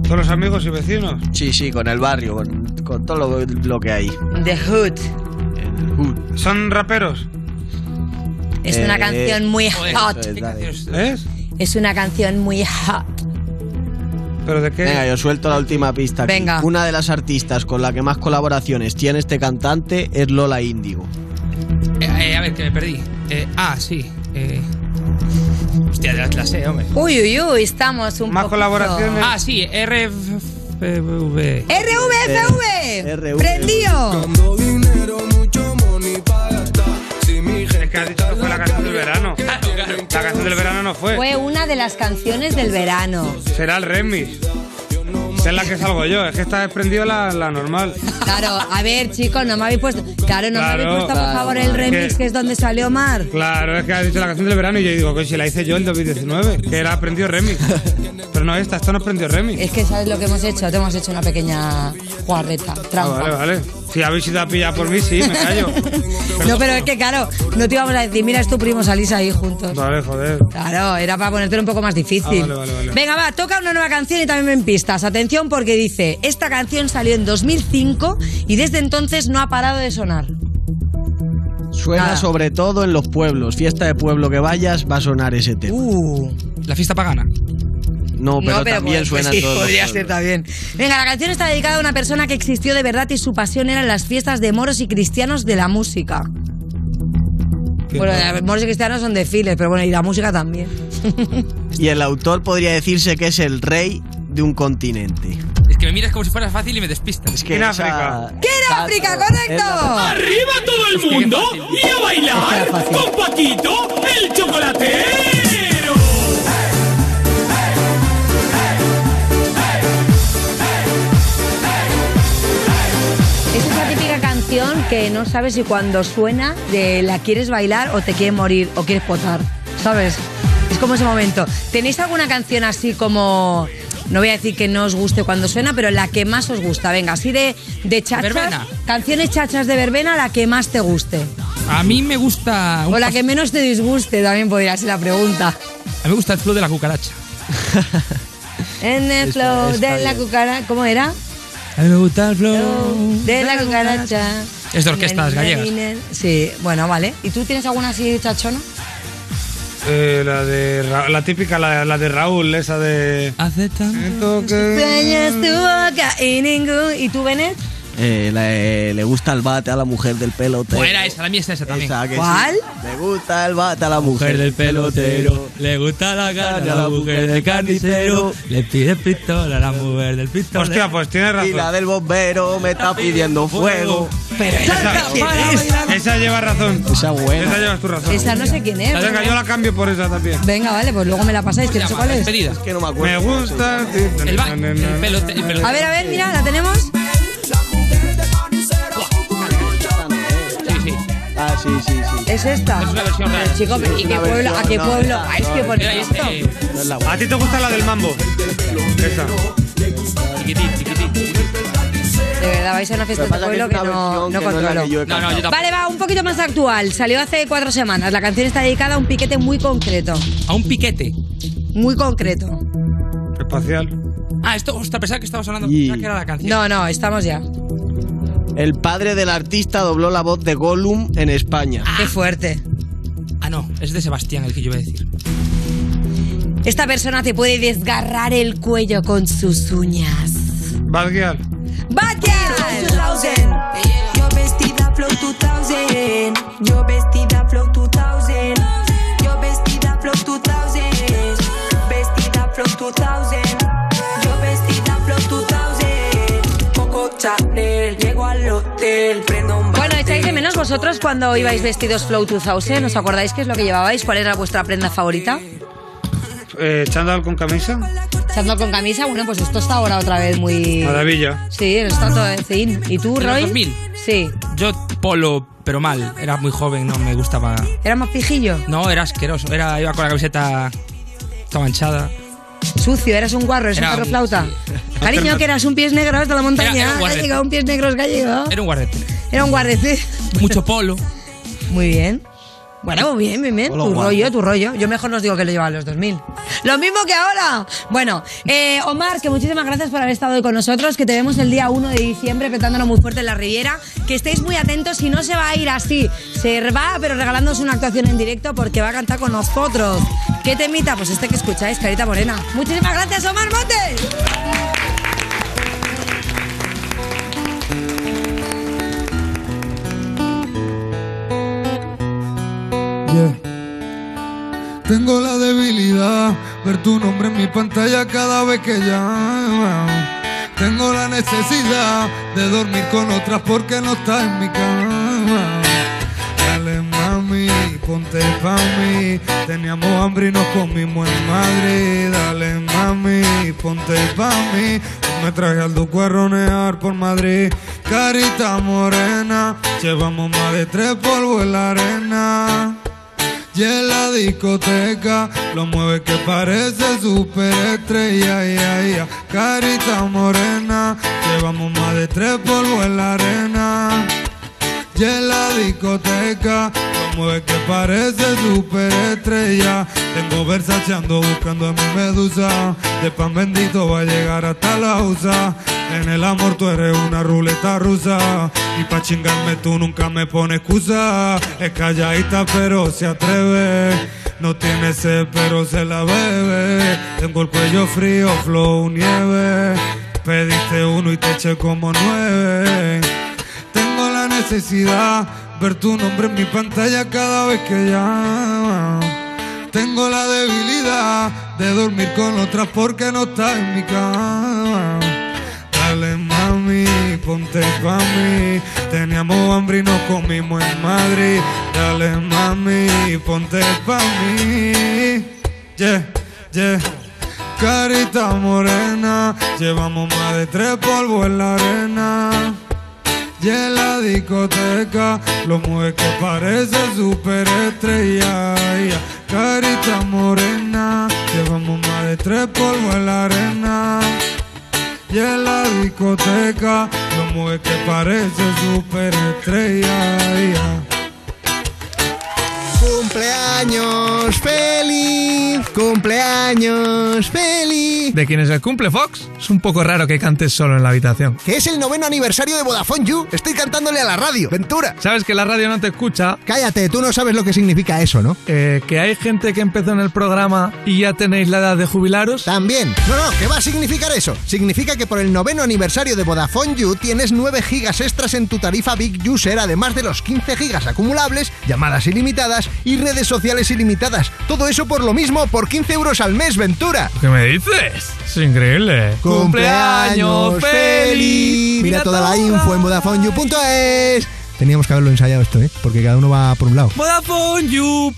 U: ¿Todos los amigos y vecinos?
E: Sí, sí, con el barrio, con, con todo lo, lo que hay.
C: The Hood.
U: ¿Son raperos?
C: Es una
E: Eh,
C: canción muy
E: joder,
C: hot.
E: eso es, dale.
U: ¿Es?
C: Es una canción muy hot.
U: ¿Pero de qué?
E: Venga, yo suelto la última pista. aquí.
C: Venga.
E: Una de las artistas con la que más colaboraciones tiene este cantante es Lola Índigo.
A: Eh, eh, a ver, que me perdí. Eh, ah, sí. Eh, hostia, ya la sé, hombre.
C: Uy, uy, uy, estamos un poco.
A: Ah, sí, RFV.
U: Eh,
C: RVFV. Prendido.
G: Buscando dinero, mucho money para gastar. Si mi gente
U: que has dicho que fue la canción del verano. Ah, La canción del verano no fue.
C: Fue una de las canciones del verano.
U: Será el remix. Esa es la que salgo yo. Es que está desprendido la, la normal.
C: Claro, a ver, chicos, no me habéis puesto. Claro, no me
U: Claro.
C: habéis puesto, por
U: Claro,
C: favor, el
U: claro.
C: remix
U: Que-
C: que es donde salió Omar.
U: Claro, es que has dicho la canción del verano y yo digo, que si la hice yo en 2019, que era aprendido remix. Pero no esta, esta no es aprendido remix.
G: Eh,
C: Es que sabes lo que hemos hecho, te hemos hecho una pequeña jugarreta,
U: Ah,
C: trampa.
U: vale, vale. Si habéis ido a pillar por mí, sí, me callo.
C: No, pero es que claro, no te íbamos a decir, mira, es tu primo, salís ahí juntos.
U: Vale, joder.
C: Claro, era para ponértelo un poco más difícil.
U: Ah, vale, vale, vale.
C: Venga, va, toca una nueva canción y también en pistas. Atención porque dice, esta canción salió en 2005 y desde entonces no ha parado de sonar.
E: Suena
C: Nada.
E: sobre todo en los pueblos. Fiesta de pueblo que vayas va a sonar ese tema.
A: Uh, La fiesta pagana.
E: No, pero, también
C: pues,
E: suena
C: pues sí,
E: en todos los
C: podría
E: pueblos.
C: ser también. Venga, la canción está dedicada a una persona que existió de verdad y su pasión eran las fiestas de moros y cristianos de la música. Bueno, de- moros y cristianos son desfiles, pero bueno, y la música también.
E: Y el autor podría decirse que es el rey de un continente.
A: Es que me miras como si fuera fácil y me despistas. Es
E: que En esa- África.
C: ¿Qué era África? ¡Correcto!
D: ¡Arriba todo el mundo! ¡Y a bailar! ¡Con Paquito, el chocolatero!
C: Es esa típica canción que no sabes si cuando suena de la quieres bailar o te quiere morir o quieres potar, ¿sabes? Es como ese momento. ¿Tenéis alguna canción así como... No voy a decir que no os guste cuando suena, pero la que más os gusta. Venga, así de, de chachas.
A: Verbena.
C: Canciones chachas de verbena, la que más te guste.
A: A mí me gusta.
C: O la que menos te disguste, también podría ser la pregunta.
A: A mí me gusta el flow de la cucaracha.
C: En el
A: Es-
C: flow
A: es
C: de la
A: Fabio.
C: cucaracha. ¿Cómo era?
A: A mí me gusta el
C: Oh,
A: flow.
C: De la cucaracha.
A: Es de orquestas gallegas.
C: Sí, bueno, vale. ¿Y tú tienes alguna así chachona?
U: Eh, la de Ra- la típica, la, la de Raúl, esa de.
A: Hace
U: tanto que.
C: Sueñas tu boca y ningún. ¿Y tú, Benet?
E: Eh, la- eh, le gusta el bate a la mujer del pelotero.
A: O era esa, la mía es esa también.
E: Esa que sí. Le gusta el bate a la mujer del pelotero.
A: Le gusta la carne a la mujer del carnicero. Le pide pistola a la mujer del pistola.
U: Hostia, pues tienes razón.
E: Y la del bombero me está pidiendo fuego.
U: Esa, esa lleva razón.
E: Esa buena.
U: Esa llevas tu razón.
C: Esa no sé quién es.
U: Ah, Venga, yo la cambio por esa también.
C: Venga, vale, pues luego me la pasáis, que no sé cuál es.
A: Despedida.
E: que no me
U: Me gusta. El
C: A ver, a ver, mira, la tenemos.
A: Sí, sí.
E: Ah, sí, sí, sí.
C: Es esta.
A: Es una versión rara.
C: Pero, Chicos, ¿y qué
E: una
C: pueblo? ¿A
E: versión,
C: qué
E: no,
C: pueblo?
E: no,
C: Ay, es que
E: no,
C: poner
E: no,
C: esto.
E: No es la
U: este, eh,
E: buena.
U: ¿A ti te gusta la del mambo? Esa.
C: De verdad, vais a una fiesta
E: Lo que pasa es que
C: de pueblo
E: es
C: que
E: una
C: no,
E: versión que no
C: no
E: es la
C: controlo.
E: que yo he
A: Ah,
E: No, no, cantado. yo tampoco.
C: Vale, va, un poquito más actual. Salió hace cuatro semanas. La canción está dedicada a un piquete muy concreto.
A: A un piquete.
C: Muy concreto.
U: Espacial.
A: Ah, esto, ostras, pensaba que estaba sonando.
E: Y-
A: Pensaba que era la canción.
C: No, no, estamos ya.
E: El padre del artista dobló la voz de Gollum en España.
C: Qué fuerte.
A: Ah, no, es de Sebastián el que yo iba a decir.
C: Esta persona te puede desgarrar el cuello con sus uñas.
U: Bad Girl.
H: Yo vestida flow 2000. Yo vestida flow 2000. Yo vestida flow 2000. Vestida flow 2000. Yo vestida flow 2000. Coco Chanel. Llego al hotel. Prendo un
C: Bueno, echáis de menos vosotros cuando ibais vestidos Flow 2000. ¿Os acordáis qué es lo que llevabais? ¿Cuál era vuestra prenda favorita?
U: Eh, chándal con camisa.
C: Chándal con camisa. Bueno, pues esto está ahora otra vez muy...
U: Maravilla.
C: Sí, está todo en fin. ¿Y tú,
A: ¿De los
C: Roy?
A: 2000?
C: Sí.
A: Yo polo, pero mal. Era muy joven, no me gustaba.
C: ¿Era más pijillo?
A: No, era asqueroso. Era, iba con la camiseta toda manchada.
C: Sucio, eras un guarro, eres
A: Era
C: un perro
A: un-
C: flauta. Cariño, que eras un pies negro de la montaña.
A: Era- era un guarrete.
C: gallego, un pies negro es gallego.
A: Era un guardete.
C: Era un guardecito.
A: Mucho polo.
C: Muy bien. Bueno, muy bien, muy bien.
A: Hola,
C: tu
A: guapo.
C: rollo, tu rollo. Yo mejor no os digo que lo llevaba a los 2000. Lo mismo que ahora. Bueno, eh, Omar, que muchísimas gracias por haber estado hoy con nosotros, que te vemos el día 1 de diciembre petándonos muy fuerte en la Riviera. Que estéis muy atentos y no se va a ir así. Se va, pero regalándonos una actuación en directo porque va a cantar con nosotros. ¿Qué temita? Pues este que escucháis, Carita Morena. Muchísimas gracias, Omar Montes.
G: Yeah. Tengo la debilidad, ver tu nombre en mi pantalla cada vez que llama. Tengo la necesidad de dormir con otras porque no estás en mi cama. Dale mami, ponte pa' mí. Teníamos hambre y nos comimos en Madrid. Dale mami, ponte pa' mí. Hoy Me traje al Duque a ronear por Madrid. Carita morena, llevamos más de tres polvos en la arena. Y en la discoteca lo mueve que parece superestrella, ya, ya. carita morena. Llevamos más de tres polvos en la arena. Y en la discoteca lo mueve que parece superestrella. Tengo Versace ando buscando a mi medusa. De pan bendito va a llegar hasta la usa. En el amor tú eres una ruleta rusa. Y pa' chingarme tú nunca me pones excusa. Es calladita pero se atreve. No tiene sed pero se la bebe. Tengo el cuello frío, flow nieve. Pediste uno y te eché como nueve. Tengo la necesidad ver tu nombre en mi pantalla cada vez que llama. Tengo la debilidad de dormir con otras porque no estás en mi cama. Dale mami, ponte pa' mí. Teníamos hambre y nos comimos en Madrid. Dale mami, ponte pa' mí. Yeah, yeah. Carita morena, llevamos más de tres polvos en la arena. Y en la discoteca lo mueve que parece superestrella. ya. Carita morena, llevamos más de tres polvos en la arena. Y en la discoteca lo mueve que parece superestrella. ya.
K: Cumpleaños feliz, cumpleaños feliz.
I: ¿De quién es el cumple, Fox? Es un poco raro que cantes solo en la habitación.
K: Que es el noveno aniversario de Vodafone You. Estoy cantándole a la radio. Ventura.
I: ¿Sabes que la radio no te escucha?
K: Cállate, tú no sabes lo que significa eso, ¿no?
I: Eh, que hay gente que empezó en el programa y ya tenéis la edad de jubilaros.
K: También. No, no, ¿qué va a significar eso? Significa que por el noveno aniversario de Vodafone You tienes 9 gigas extras en tu tarifa Big User, además de los 15 gigas acumulables, llamadas ilimitadas y redes sociales ilimitadas. Todo eso por lo mismo, por 15 euros al mes, Ventura.
I: ¿Qué me dices? Es increíble.
K: Mira toda la info en VodafoneYou.es. Teníamos que haberlo ensayado esto, ¿eh? Porque cada uno va por un lado.
I: VodafoneYou.es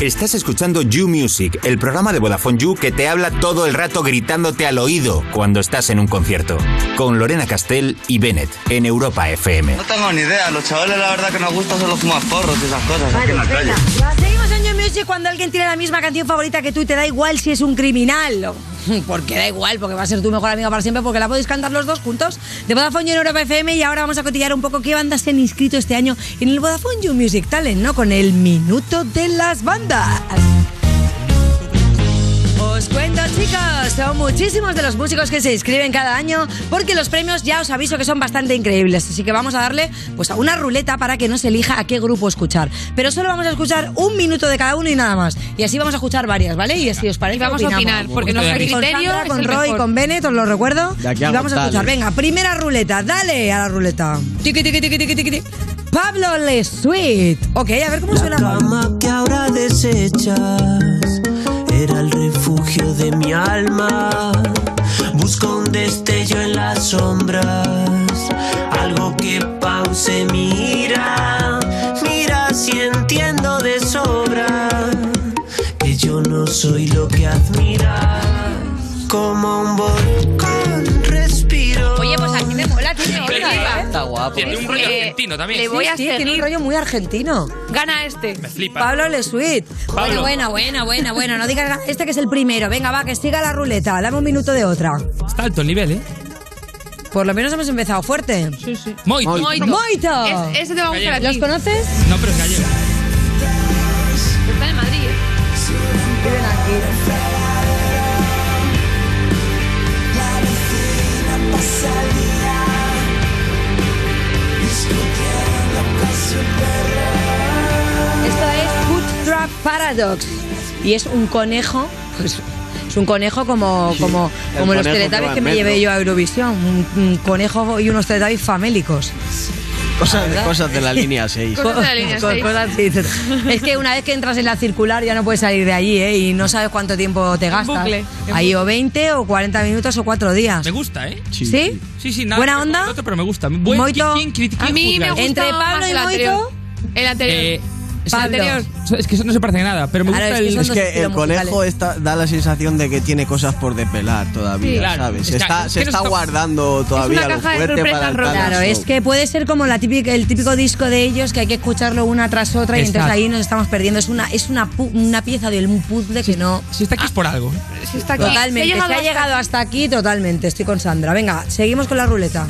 M: Estás escuchando You Music, el programa de Vodafone You que te habla todo el rato gritándote al oído cuando estás en un concierto. Con Lorena Castell y Bennett en Europa FM.
J: No tengo ni idea, los chavales la verdad que nos gusta solo fumar porros y esas cosas aquí en la calle.
C: Seguimos en New Music cuando alguien tiene la misma canción favorita que tú y te da igual si es un criminal. o- Porque da igual, porque va a ser tu mejor amiga para siempre, porque la podéis cantar los dos juntos. De Vodafone You en Europa FM y ahora vamos a cotillar un poco qué bandas se han inscrito este año en el Vodafone You Music Talent, ¿no? Con el minuto de las bandas. Os cuento, chicos, son muchísimos de los músicos que se inscriben cada año porque los premios ya os aviso que son bastante increíbles. Así que vamos a darle pues a una ruleta para que nos elija a qué grupo escuchar. Pero solo vamos a escuchar un minuto de cada uno y nada más. Y así vamos a escuchar varias, ¿vale? Y así os parece.
V: Y vamos a
C: opinamos.
V: opinar, porque nuestro
C: Y con
V: criterio
C: Sandra,
V: es
C: Con
V: el
C: Roy,
V: mejor.
C: con Bennett, os lo recuerdo.
E: De aquí a
C: y vamos a escuchar.
E: González.
C: Venga, primera ruleta, dale a la ruleta. Tiqui, tiqui, tiqui, tiqui, tiqui, tiqui. Pablo Le Sweet. Ok, a ver cómo suena.
W: cama que ahora desechas era el refugio de mi alma. Busco un destello en las sombras, algo que pause mi ira. Mira si entiendo de sobra que yo no soy lo que admiras, como un volcán respiro.
V: Oye, pues aquí me mola, tiene
W: Pero
V: onda,
W: iba.
V: ¿eh?
W: Está guapo.
V: Tiene un rollo argentino también.
C: Eh, Le voy a tiene un rollo muy argentino.
V: Gana este. Me flipa.
C: Pablo Le Sweet.
V: Pablo.
C: Bueno, buena, buena, buena, buena. No digas nada. este que es el primero. Venga, va, que siga la ruleta. Dame un minuto de otra.
A: Está alto el nivel, ¿eh?
C: Por lo menos hemos empezado fuerte.
V: Sí, sí.
C: Moito.
V: Moito.
C: Moito.
V: Es-
D: Este
V: ese te va a gustar a ti.
C: ¿Los conoces?
A: No, pero es gallego.
V: Está de Madrid, ¿eh?
C: Viven aquí. Esto es Food Truck Paradox. Y es un conejo. Pues, es un conejo como, como,
B: el
C: como los
B: conejo que
C: teletubbies
B: va
C: que,
B: en
C: me
B: metro.
C: llevé yo a Eurovisión. Un, un conejo y unos teletubbies famélicos.
E: Cosas,
C: verdad.
E: cosas de la línea 6.
C: Co- co- cosas así. Es que una vez que entras en la circular ya no puedes salir de allí, ¿eh? Y no sabes cuánto tiempo te gastas.
A: bucle, en
C: Ahí o 20 o 40 minutos o 4 días.
A: Me gusta, ¿eh?
C: Sí. ¿Sí?
A: Sí, sí, nada.
C: ¿Buena
A: que ver
C: onda?
A: con el otro, pero me gusta. Buen-
C: Moito.
A: ¿quién- quién- quién
C: A mí
A: juzga?
C: me gusta Entre Pablo más y el anterior. Moito.
V: El anterior.
A: Eh,
V: es el anterior.
A: Es que eso no se parece en nada, pero me
V: Claro, es
A: gusta
V: que
A: el.
V: son
E: Es que el conejo está- da la sensación de que tiene cosas por depelar todavía,
A: Sí. Claro.
E: ¿sabes?
A: Es
E: Se
A: que-
E: está,
A: es
E: se
A: que no
E: está
A: está-
E: guardando todavía lo fuerte para el Talas
C: Claro, es
E: Show.
C: que puede ser como la típica, el típico disco de ellos que hay que escucharlo una tras otra y entonces
A: Exacto.
C: ahí nos estamos perdiendo. Es una, es una, pu- una pieza de un puzzle que no. Ah,
A: Si está aquí es por algo.
C: Si está
A: aquí.
C: Totalmente.
A: Si
C: Se
A: ha
C: ha,
A: llegado
C: llegado,
A: hasta
C: hasta aquí, totalmente. Estoy con Sandra. Venga, seguimos con la ruleta.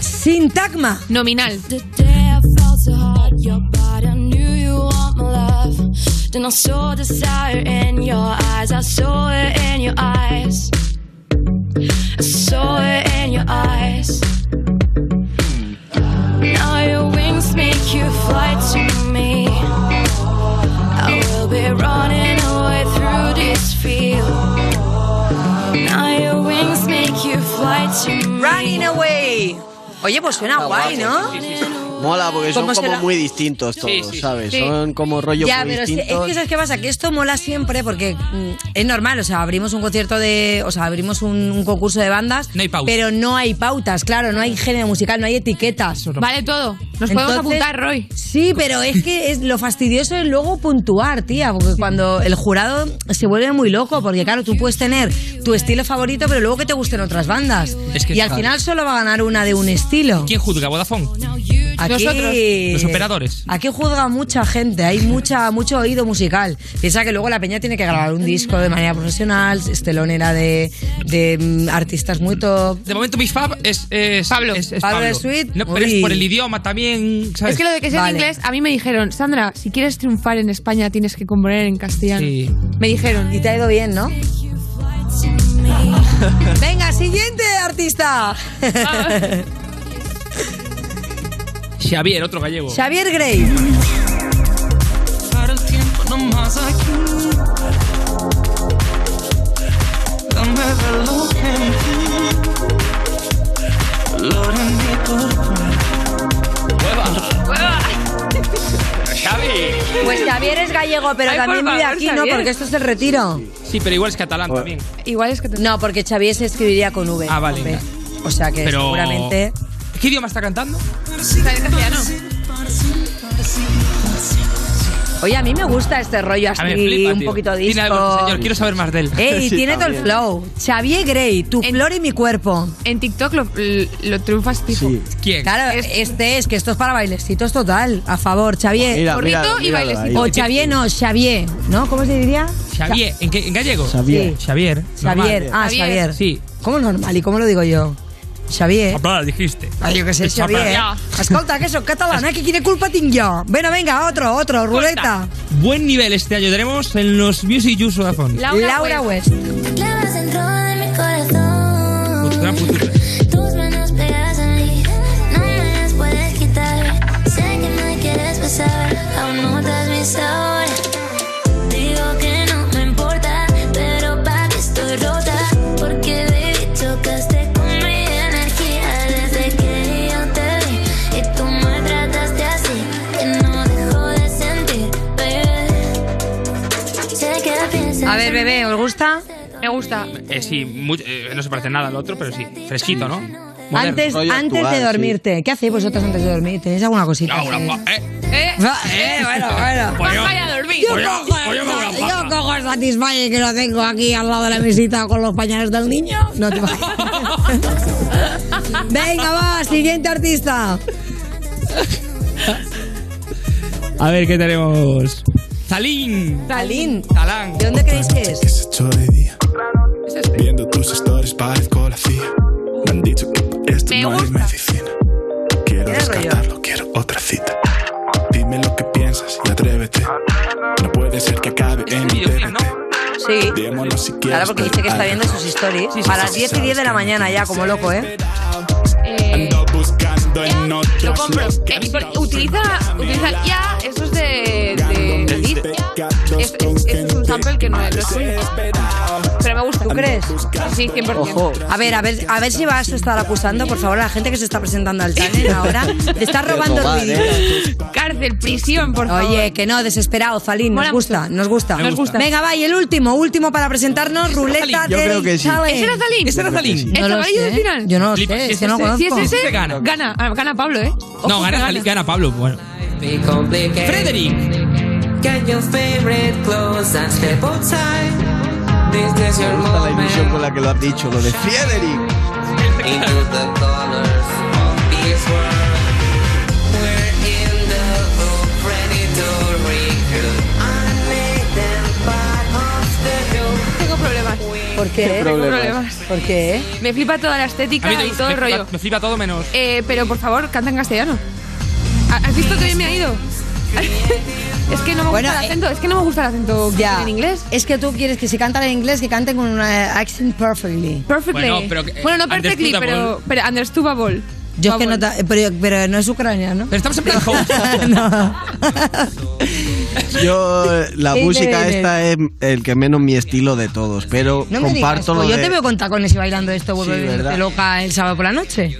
C: Sintagma.
V: Nominal.
N: The day I felt so hot, your body, I knew you want my love. Then I saw desire in your eyes, I saw it in your eyes. I saw it in your eyes. Now your wings make you fly to me. I will be running away through this field. Now your wings make you fly to me.
C: Running away. Oye, pues suena guay, ¿no?
E: Mola, porque son
C: ¿Cómo se
E: como
C: la-
E: muy distintos todos,
C: sí, sí.
E: ¿sabes?
C: Sí.
E: Son como rollo
C: Ya,
E: muy
C: pero sí, es
E: distintos.
C: que ¿sabes qué pasa? Que esto mola siempre porque mm, es normal, o sea, abrimos un concierto de. O sea, abrimos un, un concurso de bandas.
A: No hay pauta.
C: Pero no hay pautas, claro, no hay género musical, no hay etiquetas.
V: Vale todo. Nos podemos apuntar, Roy.
C: Sí, pero es que es lo fastidioso es luego puntuar, tía, porque cuando el jurado se vuelve muy loco, porque claro, tú puedes tener tu estilo favorito, pero luego que te gusten otras bandas.
A: Es que
C: y al
A: claro.
C: final solo va a ganar una de un estilo.
A: ¿Quién juzga? ¿Vodafone?
C: Aquí-
A: Nosotros. Los operadores.
C: Aquí juzga mucha gente, hay mucha, mucho oído musical. Piensa que luego la peña tiene que grabar un disco de manera profesional, es telonera de, de, mm, artistas muy top.
A: De momento mi fab es, es Pablo. Es, es
C: Pablo Sweet.
A: No, pero
C: Uy.
A: es por el idioma también, ¿sabes?
V: Es que lo de que sea en inglés, a mí me dijeron, Sandra, si quieres triunfar en España tienes que componer en castellano.
A: Sí.
V: Me dijeron.
C: Y te ha ido bien, ¿no? Venga, siguiente artista.
A: Xavier, otro gallego.
C: Xavier Grey.
O: Para el tiempo nomás aquí. Dame reloj en ti. Calor en mi cuerpo.
A: Xavi.
C: Pues Xavier es gallego, pero
V: Ay, por
C: también vive
V: favor,
C: aquí, ¿no?
V: Xavier.
C: Porque esto es el retiro.
A: Sí, pero igual es catalán también.
C: Igual es que No, porque Xavier se escribiría con V.
A: Ah, vale.
C: con V. O sea que
A: Pero-
C: seguramente.
A: ¿Qué idioma está cantando?
V: Está en castellano.
C: Oye, a mí me gusta este rollo así,
A: A mí me flipa,
C: un
A: tío.
C: poquito
A: Tiene
C: disco.
A: algo ese señor, quiero saber más de él.
C: Ey, tiene todo el flow. Xavier Grey, tu flor y mi cuerpo.
V: En TikTok lo, lo triunfas fijo.
A: ¿Quién?
C: Claro, este es, que esto es para bailecitos total. A favor, Xavier.
A: Mira, mira, Porrito y míralo ahí. bailecito.
C: O Xavier, no, Xavier. ¿No? ¿Cómo se diría?
A: Xavier. ¿En, qué, en gallego?
C: Xavier.
A: Xavier.
C: Xavier.
A: normal.
C: Ah, Xavier.
A: Sí.
C: ¿Cómo normal? ¿Y cómo lo digo yo? Xavier.
A: Hablar, dijiste.
C: Ah, yo qué sé,
A: Pensaba,
C: Xavier.
A: ya.
C: Escolta, que soy catalán, ¿eh? ¿Qué tiene culpa tinc yo? Bueno, venga, otro, otro, ruleta.
A: Buen nivel este año tenemos en los Music Youth Vodafone.
C: Laura West.
L: Te clavas dentro de mi corazón.
A: Futura, futura.
L: Tus manos pegadas a mí, no me las puedes quitar. Sé que me quieres besar, aún notas mi sabor. Digo que no me importa, pero pa' que estoy rota. Porque baby, chocaste con mi energía desde que yo te vi. Y tú me trataste así, que no dejo de sentir, baby. Sé que piensas
C: A ver, bebé, ¿os gusta?
V: Me gusta.
A: Eh, sí, muy- eh, no se parece nada al otro, pero sí. Fresquito, ¿no? Moderno.
C: Antes, antes de dormirte, ¿qué hacéis vosotros antes de dormir? ¿Tenéis alguna cosita?
A: Laura,
C: así?
A: pa- eh,
V: ¿Eh?
C: Va- eh, bueno, bueno.
A: Pues yo-
V: Vaya a dormir.
C: Yo cojo, esta- yo cojo el Satisfyer que lo tengo aquí al lado de la mesita con los pañales del niño. No te imaginas. Venga, va, siguiente artista.
A: A ver, ¿qué tenemos? Zalín.
C: Talín.
A: Talán.
C: ¿De dónde creéis que es?
P: Viendo tus stories parezco la CIA
V: Me
P: no es
V: gusta.
P: medicina. Quiero descartarlo, quiero otra cita. Dime lo que piensas y atrévete. No puede ser que acabe en TNT.
C: Sí.
P: Démonos si quieres.
C: Claro, porque dice que está
P: pero
C: viendo sus stories. a las 10 y 10 de la mañana ya, como loco, ¿eh?
P: Ando buscando en otros
V: Eh, Lo compro.
P: lugares.
V: Eh, por- utiliza, utiliza el ya, eso es de. de
P: Este
V: Liz. Es, es- es un sample que no es, no es suyo. Pero me gusta.
C: ¿Tú crees?
V: Sí, 100%.
C: A ver, a ver, a ver si vas a estar acusando, por favor, a la gente que se está presentando al channel ahora. Te está robando
A: robar,
L: ¿eh?
C: ruiditos.
V: Cárcel, prisión, por
C: favor. Oye, que no, desesperado, Zalín. Nos gusta, nos gusta.
A: Nos gusta.
C: Venga, va, y el último, último para presentarnos, ruleta
A: Yo
C: del
A: creo que sí.
C: challenge.
A: ¿Ese era Zalín? Ese era Zalín. ¿El
C: No lo
V: caballo
C: sé.
V: del final?
C: Yo no lo
A: Flipa,
C: sé,
A: si
C: es
A: es
C: que no
A: ese,
C: conozco.
A: si es ese,
V: Este
A: gana.
V: gana. Gana, ah, gana Pablo, ¿eh?
A: No,
V: Ojo que
A: gana, gana Pablo. Bueno. Frederick.
B: Get your favorite clothes and step outside. This is your
E: gusta la
B: moment.
E: ilusión con la que lo has dicho, lo de Frederick.
B: Into the colors of this world. We're in the loop, ready to recruit. I made them part of the group.
V: Tengo problemas.
C: ¿Por qué?
V: Tengo problemas.
C: eh? ¿Por qué?
V: Me flipa toda la estética y todo el
A: me,
V: rollo.
A: flipa- me flipa todo menos.
V: Eh, pero por favor, canta en castellano. ¿Ha- ¿Has visto que bien me ha ido? es que no me
C: Bueno,
V: gusta el
C: eh,
V: acento, es que no me gusta el acento que tiene en inglés.
C: Es que tú quieres que si cantan en inglés, que canten con una accent perfectly.
V: Perfectly.
A: Bueno, pero que-
V: Bueno, no
A: eh,
V: perfectly, pero,
A: understandable.
V: pero understandable.
C: Yo es que no, ta- pero, pero no es ucraniano.
A: Pero estamos en plan
E: Yo, eh, la
C: Sí,
E: música
C: de- de-
E: esta es el que menos mi estilo de todos, pero
C: No me digas,
E: comparto
C: pues
E: lo
C: yo
E: de-
C: te veo con tacones y bailando esto, vuelvo
E: Sí, ¿verdad?
C: loca el sábado por la noche.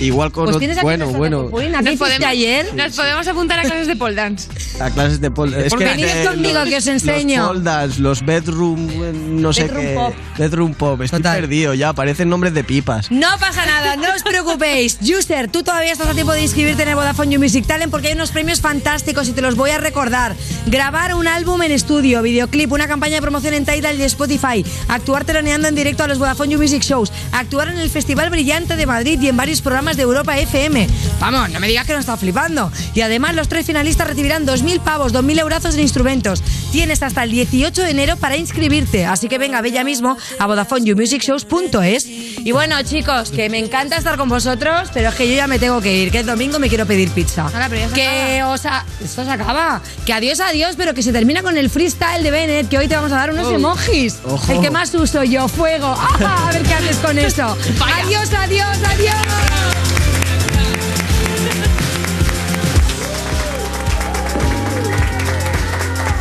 E: Igual con...
C: Pues
E: ot-
C: tienes aquí
E: bueno,
C: nuestra
E: bueno,
C: Purpurina, ¿qué hiciste ayer?
V: Nos podemos apuntar a clases de pole dance.
E: a clases de pol... Es que
C: Venid
E: eh,
C: conmigo
E: los-
C: que os enseño.
E: Los foldas, los bedroom, eh, no sé
C: Bedroom
E: qué...
C: pop.
E: Bedroom pop. Estoy perdido ya, parecen nombres de pipas.
C: No pasa nada, no os preocupéis. User, tú todavía estás a tiempo de inscribirte en el Vodafone You Music Talent porque hay unos premios fantásticos y te los voy a recordar. Grabar un álbum en estudio, videoclip, una campaña de promoción en Tidal y Spotify, actuar teloneando en directo a los Vodafone You Music Shows, actuar en el Festival Brillante de Madrid y en varios programas de Europa FM. Vamos, no me digas que no está flipando. Y además los tres finalistas recibirán 2.000 pavos, 2.000 eurazos en instrumentos. Tienes hasta el 18 de enero para inscribirte, así que venga, ve ya mismo a VodafoneYouMusicShows.es. Y bueno, chicos, que me encanta estar con vosotros, pero es que yo ya me tengo que ir, que el domingo me quiero pedir pizza. que os a- esto se acaba. Que adiós, adiós, pero que se termina con el freestyle de Bennett, que hoy te vamos a dar unos
B: Uy.
C: emojis.
B: Ojo.
C: El que más uso yo, fuego. ¡Ah! A ver qué haces con eso. Adiós, adiós, adiós.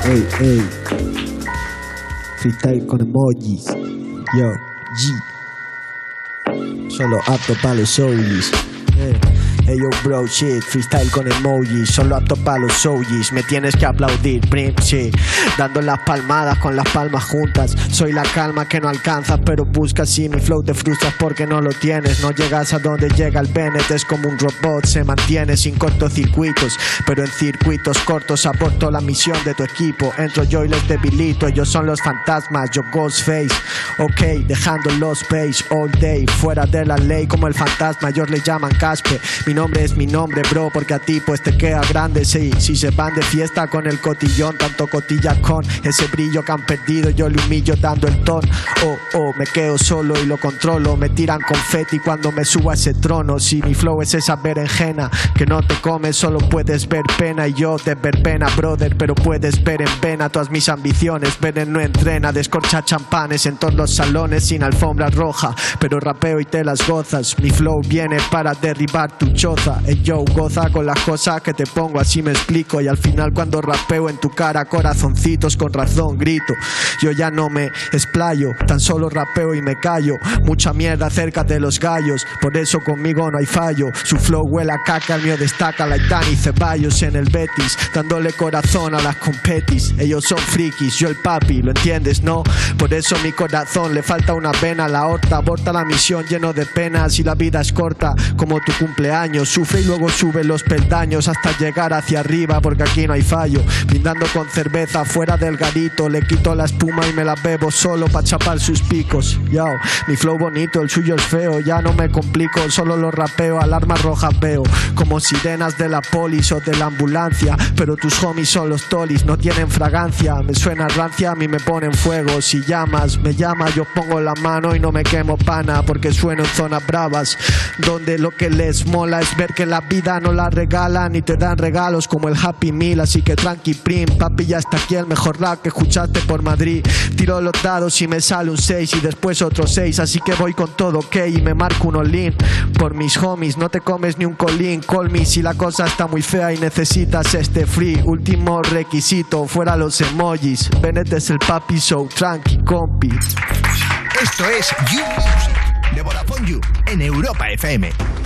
Q: Ey, ey. Freestyle con emojis. Yo, G. Solo apto para los oldies. Eh. Ey, yo, bro, shit. Freestyle con emojis. Solo apto para los oldies. Me tienes que aplaudir, prim, shit. Dando las palmadas con las palmas juntas. Soy la calma que no alcanzas, pero buscas y mi flow te frustras porque no lo tienes. No llegas a donde llega el Bennett. Es como un robot, se mantiene sin cortocircuitos. Pero en circuitos cortos aporto la misión de tu equipo. Entro yo y les debilito. Ellos son los fantasmas, yo Ghostface. Ok, dejando los page all day. Fuera de la ley como el fantasma, ellos le llaman Caspe. Mi nombre es mi nombre, bro, porque a ti pues te queda grande. Sí, si se van de fiesta con el cotillón, tanto cotilla con ese brillo que han perdido, yo le humillo dando el ton. Oh, oh, me quedo solo y lo controlo. Me tiran confeti cuando me subo a ese trono. Si mi flow es esa berenjena que no te comes, solo puedes ver pena. Y yo te verbena, brother, pero puedes ver en pena todas mis ambiciones. Venen no entrena, descorcha champanes en todos los salones sin alfombra roja. Pero rapeo y te las gozas. Mi flow viene para derribar tu choza. El yo goza con las cosas que te pongo, así me explico. Y al final, cuando rapeo en tu cara, corazoncitos con razón grito. Yo ya no me explayo, tan solo rapeo y me callo. Mucha mierda cerca de los gallos, por eso conmigo no hay fallo. Su flow huele a caca, el mío destaca Laitán y Ceballos en el Betis, dándole corazón a las competis. Ellos son frikis, yo el papi, ¿lo entiendes, no? Por eso mi corazón le falta una vena, la horta aborta la misión lleno de penas y la vida es corta como tu cumpleaños daño. Sufre y luego sube los peldaños hasta llegar hacia arriba, porque aquí no hay fallo. Brindando con cerveza fuera del garito, le quito la espuma y me la bebo solo pa' chapar sus picos. Yo, mi flow bonito, el suyo es feo, ya no me complico, solo lo rapeo, alarma roja veo. Como sirenas de la polis o de la ambulancia, pero tus homies son los tolis, no tienen fragancia. Me suena rancia, a mí me ponen fuego. Si llamas, me llama, yo pongo la mano y no me quemo pana, porque sueno en zonas bravas, donde lo que les mola es ver que la vida no la regalan y te dan regalos como el Happy Meal. Así que tranqui, prim, papi, ya está aquí el mejor rap que escuchaste por Madrid. Tiro los dados y me sale un 6 y después otro 6. Así que voy con todo, ok, y me marco un all-in. Por mis homies, no te comes ni un colín. Call me si la cosa está muy fea y necesitas este free. Último requisito, fuera los emojis. Bennett es el papi, so tranqui, compi.
K: Esto es You Music de Vodafone You en Europa FM.